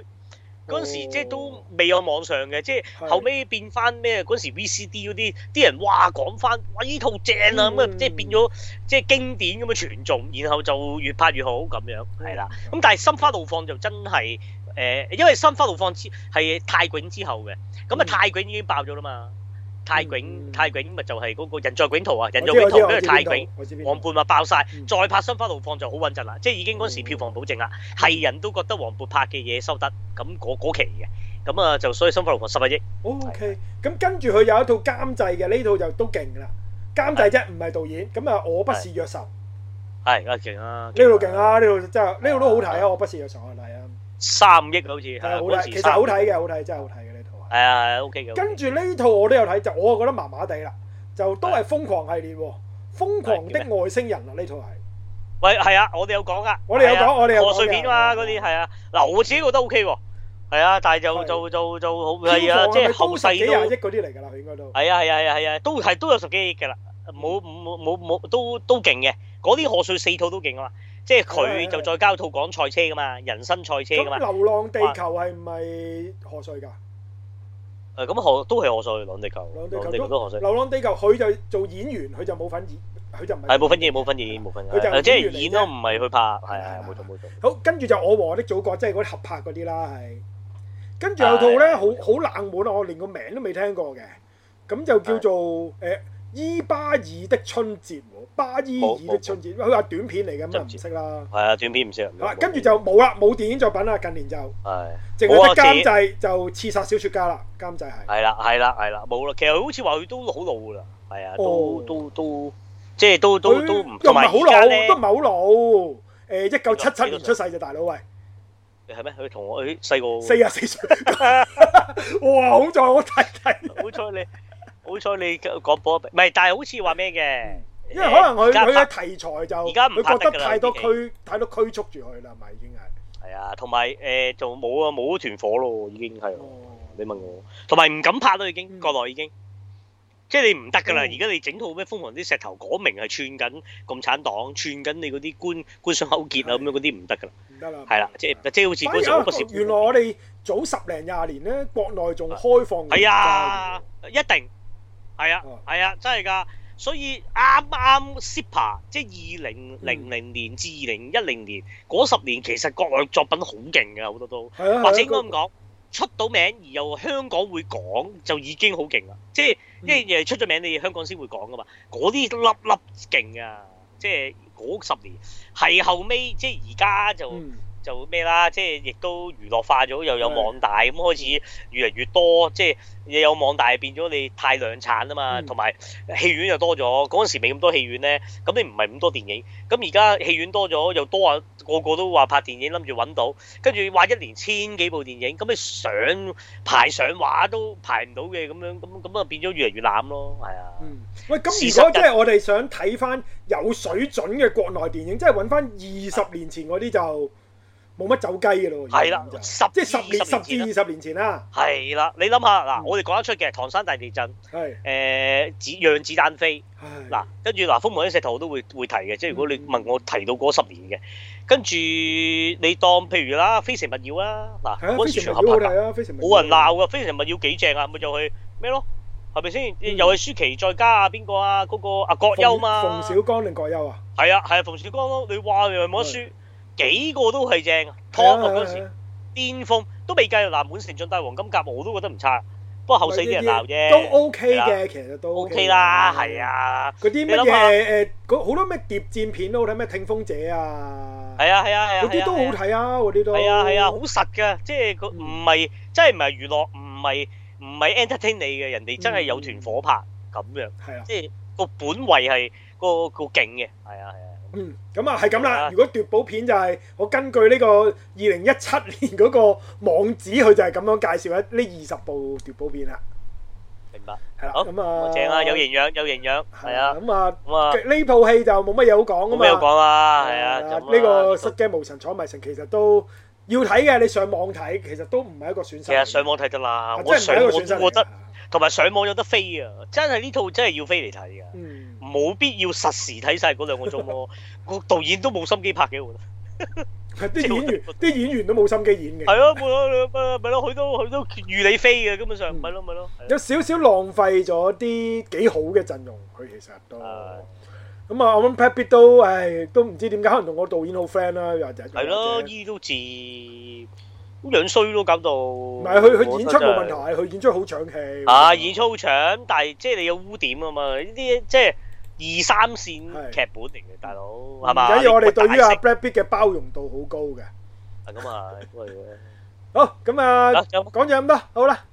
嗰陣時，即係都未有網上嘅，即係哦係後尾變翻咩？嗰陣時 VCD 嗰啲啲人哇講翻，哇呢套正啊咁啊，嗯即係變咗即係經典咁樣傳頌，然後就越拍越好咁樣，係啦。咁但係心花怒放就真係誒、呃因為心花怒放之係泰囧之後嘅，咁啊嗯泰囧已經爆咗啦嘛。泰囧嗯泰囧咪就係嗰個人在囧途啊，人我在知囧我途知跟我住知泰邊囧套，我知邊黃套。渤咪爆晒，嗯再拍《心花怒放》就好穩陣啦，即係已經嗰時票房保證啦，係人都覺得黃渤拍嘅嘢收得，咁嗰嗰期嘅，咁啊就所以《心花怒放》十一億， O K，咁跟住佢有一套監製嘅，呢套就都勁㗎啦。監製啫，唔係導演。咁啊，我不是藥神呢係啊勁啊，套勁啊，呢套真係呢套都好睇啊！我不是藥神我睇啊，三億啊好似係係啊啊好嗰睇，時其實好睇三億嘅，好睇真係好睇嘅呢套啊。係啊係啊 OK 嘅，跟住呢套我都有睇，就我覺得麻麻地啦，就都係瘋狂系列喎，瘋狂的外星人啦呢套係。喂，係啊，我哋有講噶，我哋有講係啊我哋有講賀歲片嘛，嘅嗰啲係啊，嗱，我自己覺得 O K 喎，係啊，但係就係就就就好係票啊，房即係咪係都後世十幾廿億都嗰啲嚟㗎啦？佢應該都。係啊係啊係啊係啊，都係都有十幾億㗎啦，冇嗯冇冇冇都都勁嘅，嗰啲賀歲四套都勁啊嘛，即係係佢係就再交套講賽車㗎嘛，人生賽車㗎咁嘛，流浪地球係唔係賀歲㗎？誒咁賀都係賀歲兩地球，流兩浪地地球球都賀都歲，流浪地球佢就做演員，佢就冇份演佢就唔係係冇分嘢，冇分嘢，冇分佢就係嘢，即係演員嚟啫啊演都唔係去拍，係係冇錯冇錯。好，跟住就我和我的祖國，即係嗰啲合拍嗰啲啦，係。跟住有套咧，好好冷門啊，我連個名都未聽過嘅，咁就叫做誒《伊巴爾的春節》喎，巴伊爾的春節，佢話短片嚟嘅，咁啊唔識啦。係啊，短片唔識。啊，跟住就冇啦，冇電影作品啦，近年就係淨冇啊係得監自製就刺殺小説家啦，監製係。係啦係啦係啦，冇啦。其實佢好似話佢都好老㗎啦，係啊，都哦都都即係都都佢都又唔唔係同埋好而家老，咧都唔係好老。誒，一九七七呢年度出世啫，大佬喂，係咩？佢同我佢細個四啊四歲。 哇！好在我睇睇。好彩你，好彩你講波，唔係，但係好似話咩嘅？因為可能佢而家佢拍嘅題材就而家唔拍佢得覺㗎得啦太多已經拘太多拘束住佢啦，咪已經係。係啊，同埋誒就冇啊，冇團火咯，已經係啊。哦，你問我，同埋唔敢拍咯，已經嗯國內已經，即係你唔得㗎啦。嗯而家你整套咩瘋狂啲石頭，講明係串緊共產黨，串緊你嗰啲官官商勾結啊咁樣嗰啲唔得㗎啦。唔得啦。係啦，即係即係好似反而嗰時啊好不屑原來我哋早十零廿年咧，國內仲開放。係啊，，一定係啊哦，係啊，真係㗎。所以啱啱 SIPA 即係二零零零年至二零一零年嗰十年，其實國內作品好勁㗎，好多都。係啊，或者應該個咁講，出到名而又香港會講，就已經好勁啦。即係嗯因為出咗名，你香港先會講噶嘛。嗰啲粒粒勁啊！即係嗰十年係後尾，即係而家就、嗯就咩啦，即係亦都娛樂化咗，又有係網大咁開始越嚟越多，即係又有網大變咗你太量產啊嘛，嗯同埋戲院又多咗，嗰陣時未咁多戲院咧，咁你唔係咁多電影，咁而家戲院多咗又多啊，個個都話拍電影諗住揾到，跟住話一年千幾部電影，咁你上排上畫都排唔到嘅咁樣，咁咁啊變咗越嚟越濫咯，係啊，嗯。喂，咁事如實果就即係我哋想睇翻有水準嘅國內電影，即係揾翻二十年前嗰啲就冇乜走雞嘅咯。係啦而家，就十嗯即係嗯十年十年前啦至二十年前啦，係啦，你諗下嗱，嗯我哋講得出嘅唐山大地震，係。誒子讓子彈飛。唉嗱，，跟住嗱，風門啲石頭我都會會提嘅，即係如果你問我提到嗰十年嘅，跟住你當譬如啦，《非誠勿擾》啦，嗱係啊，嗰非時全常好合拍㗎睇啊，非常冇人鬧㗎，《非誠勿擾》幾正啊，咪就去咩咯，係咪先？嗯又係舒淇再加啊邊個啊？嗰個阿葛優嘛，馮小剛定葛優啊？係啊係啊，馮小剛咯，你話又冇得輸，幾個都係正啊，top 啊嗰時。巔峰都未計嗱，滿城盡帶黃金甲我都覺得唔差，不過後世啲人鬧啫，都 OK 係嘅，其實都 O K 啦，係。啊，嗰啲乜你諗下嘢誒嗰好多咩諜戰片都好睇，咩聽風者啊，係啊係啊係啊，嗰係啲啊都好係啊睇啊，嗰啲都係啊係啊，好實㗎，即係佢嗯唔係真係唔係娛樂，唔係唔係 entertain 你嘅，人哋真嗯係有團火拍咁樣，係啊，即係個本位係個個勁嘅，係啊係啊，嗯，咁啊係咁係啦啊。如果奪寶片就係我根據呢個二零一七年嗰個網址，佢就係咁樣介紹一呢二十部奪寶片啦，明白，係啦，好咁啊咁正啊，有營養有營養，係係啊，啊，咁啊咁啊呢套戲就冇乜嘢好講啊咁嘛咩有。講啦，係啊，啊咁啊呢個失驚無神闖迷城其實都要睇嘅，你上網睇其實都唔係一個損失嚟嘅。其實上網睇得啦，啊我真係上唔係一網個損失嚟嘅都覺得，同埋上網有得飛啊，真係呢套真係要飛嚟睇㗎。嗯，冇必要實時睇晒嗰兩個鐘 咯，個導演都冇心機拍嘅，我覺得。啲演員啲演員都冇心機演 嘅，係咯，冇咯，咪咪咯，佢都佢都預你飛嘅，根本上嗯咪咯咪咯。係有少少浪費咗啲幾好嘅陣容，佢其實都。啊咁啊，我諗 Pat Pitt 都，唉，都唔知點解，可能同個導演好 friend 啦，又或者係咯，又或者依都字咁樣衰咯，搞到。唔唔係佢佢演出冇問題，。佢演出好搶戲。啊，演出好長，但係即係你有污點啊嘛，呢啲即係二三線係嗯劇本嚟嘅，大佬唔係嘛？緊要，我哋對於阿你 Brad Pitt 嘅包容度好高嘅。大食係咁啊，都係嘅好，咁啊好有冇，講咗咁多，好啦，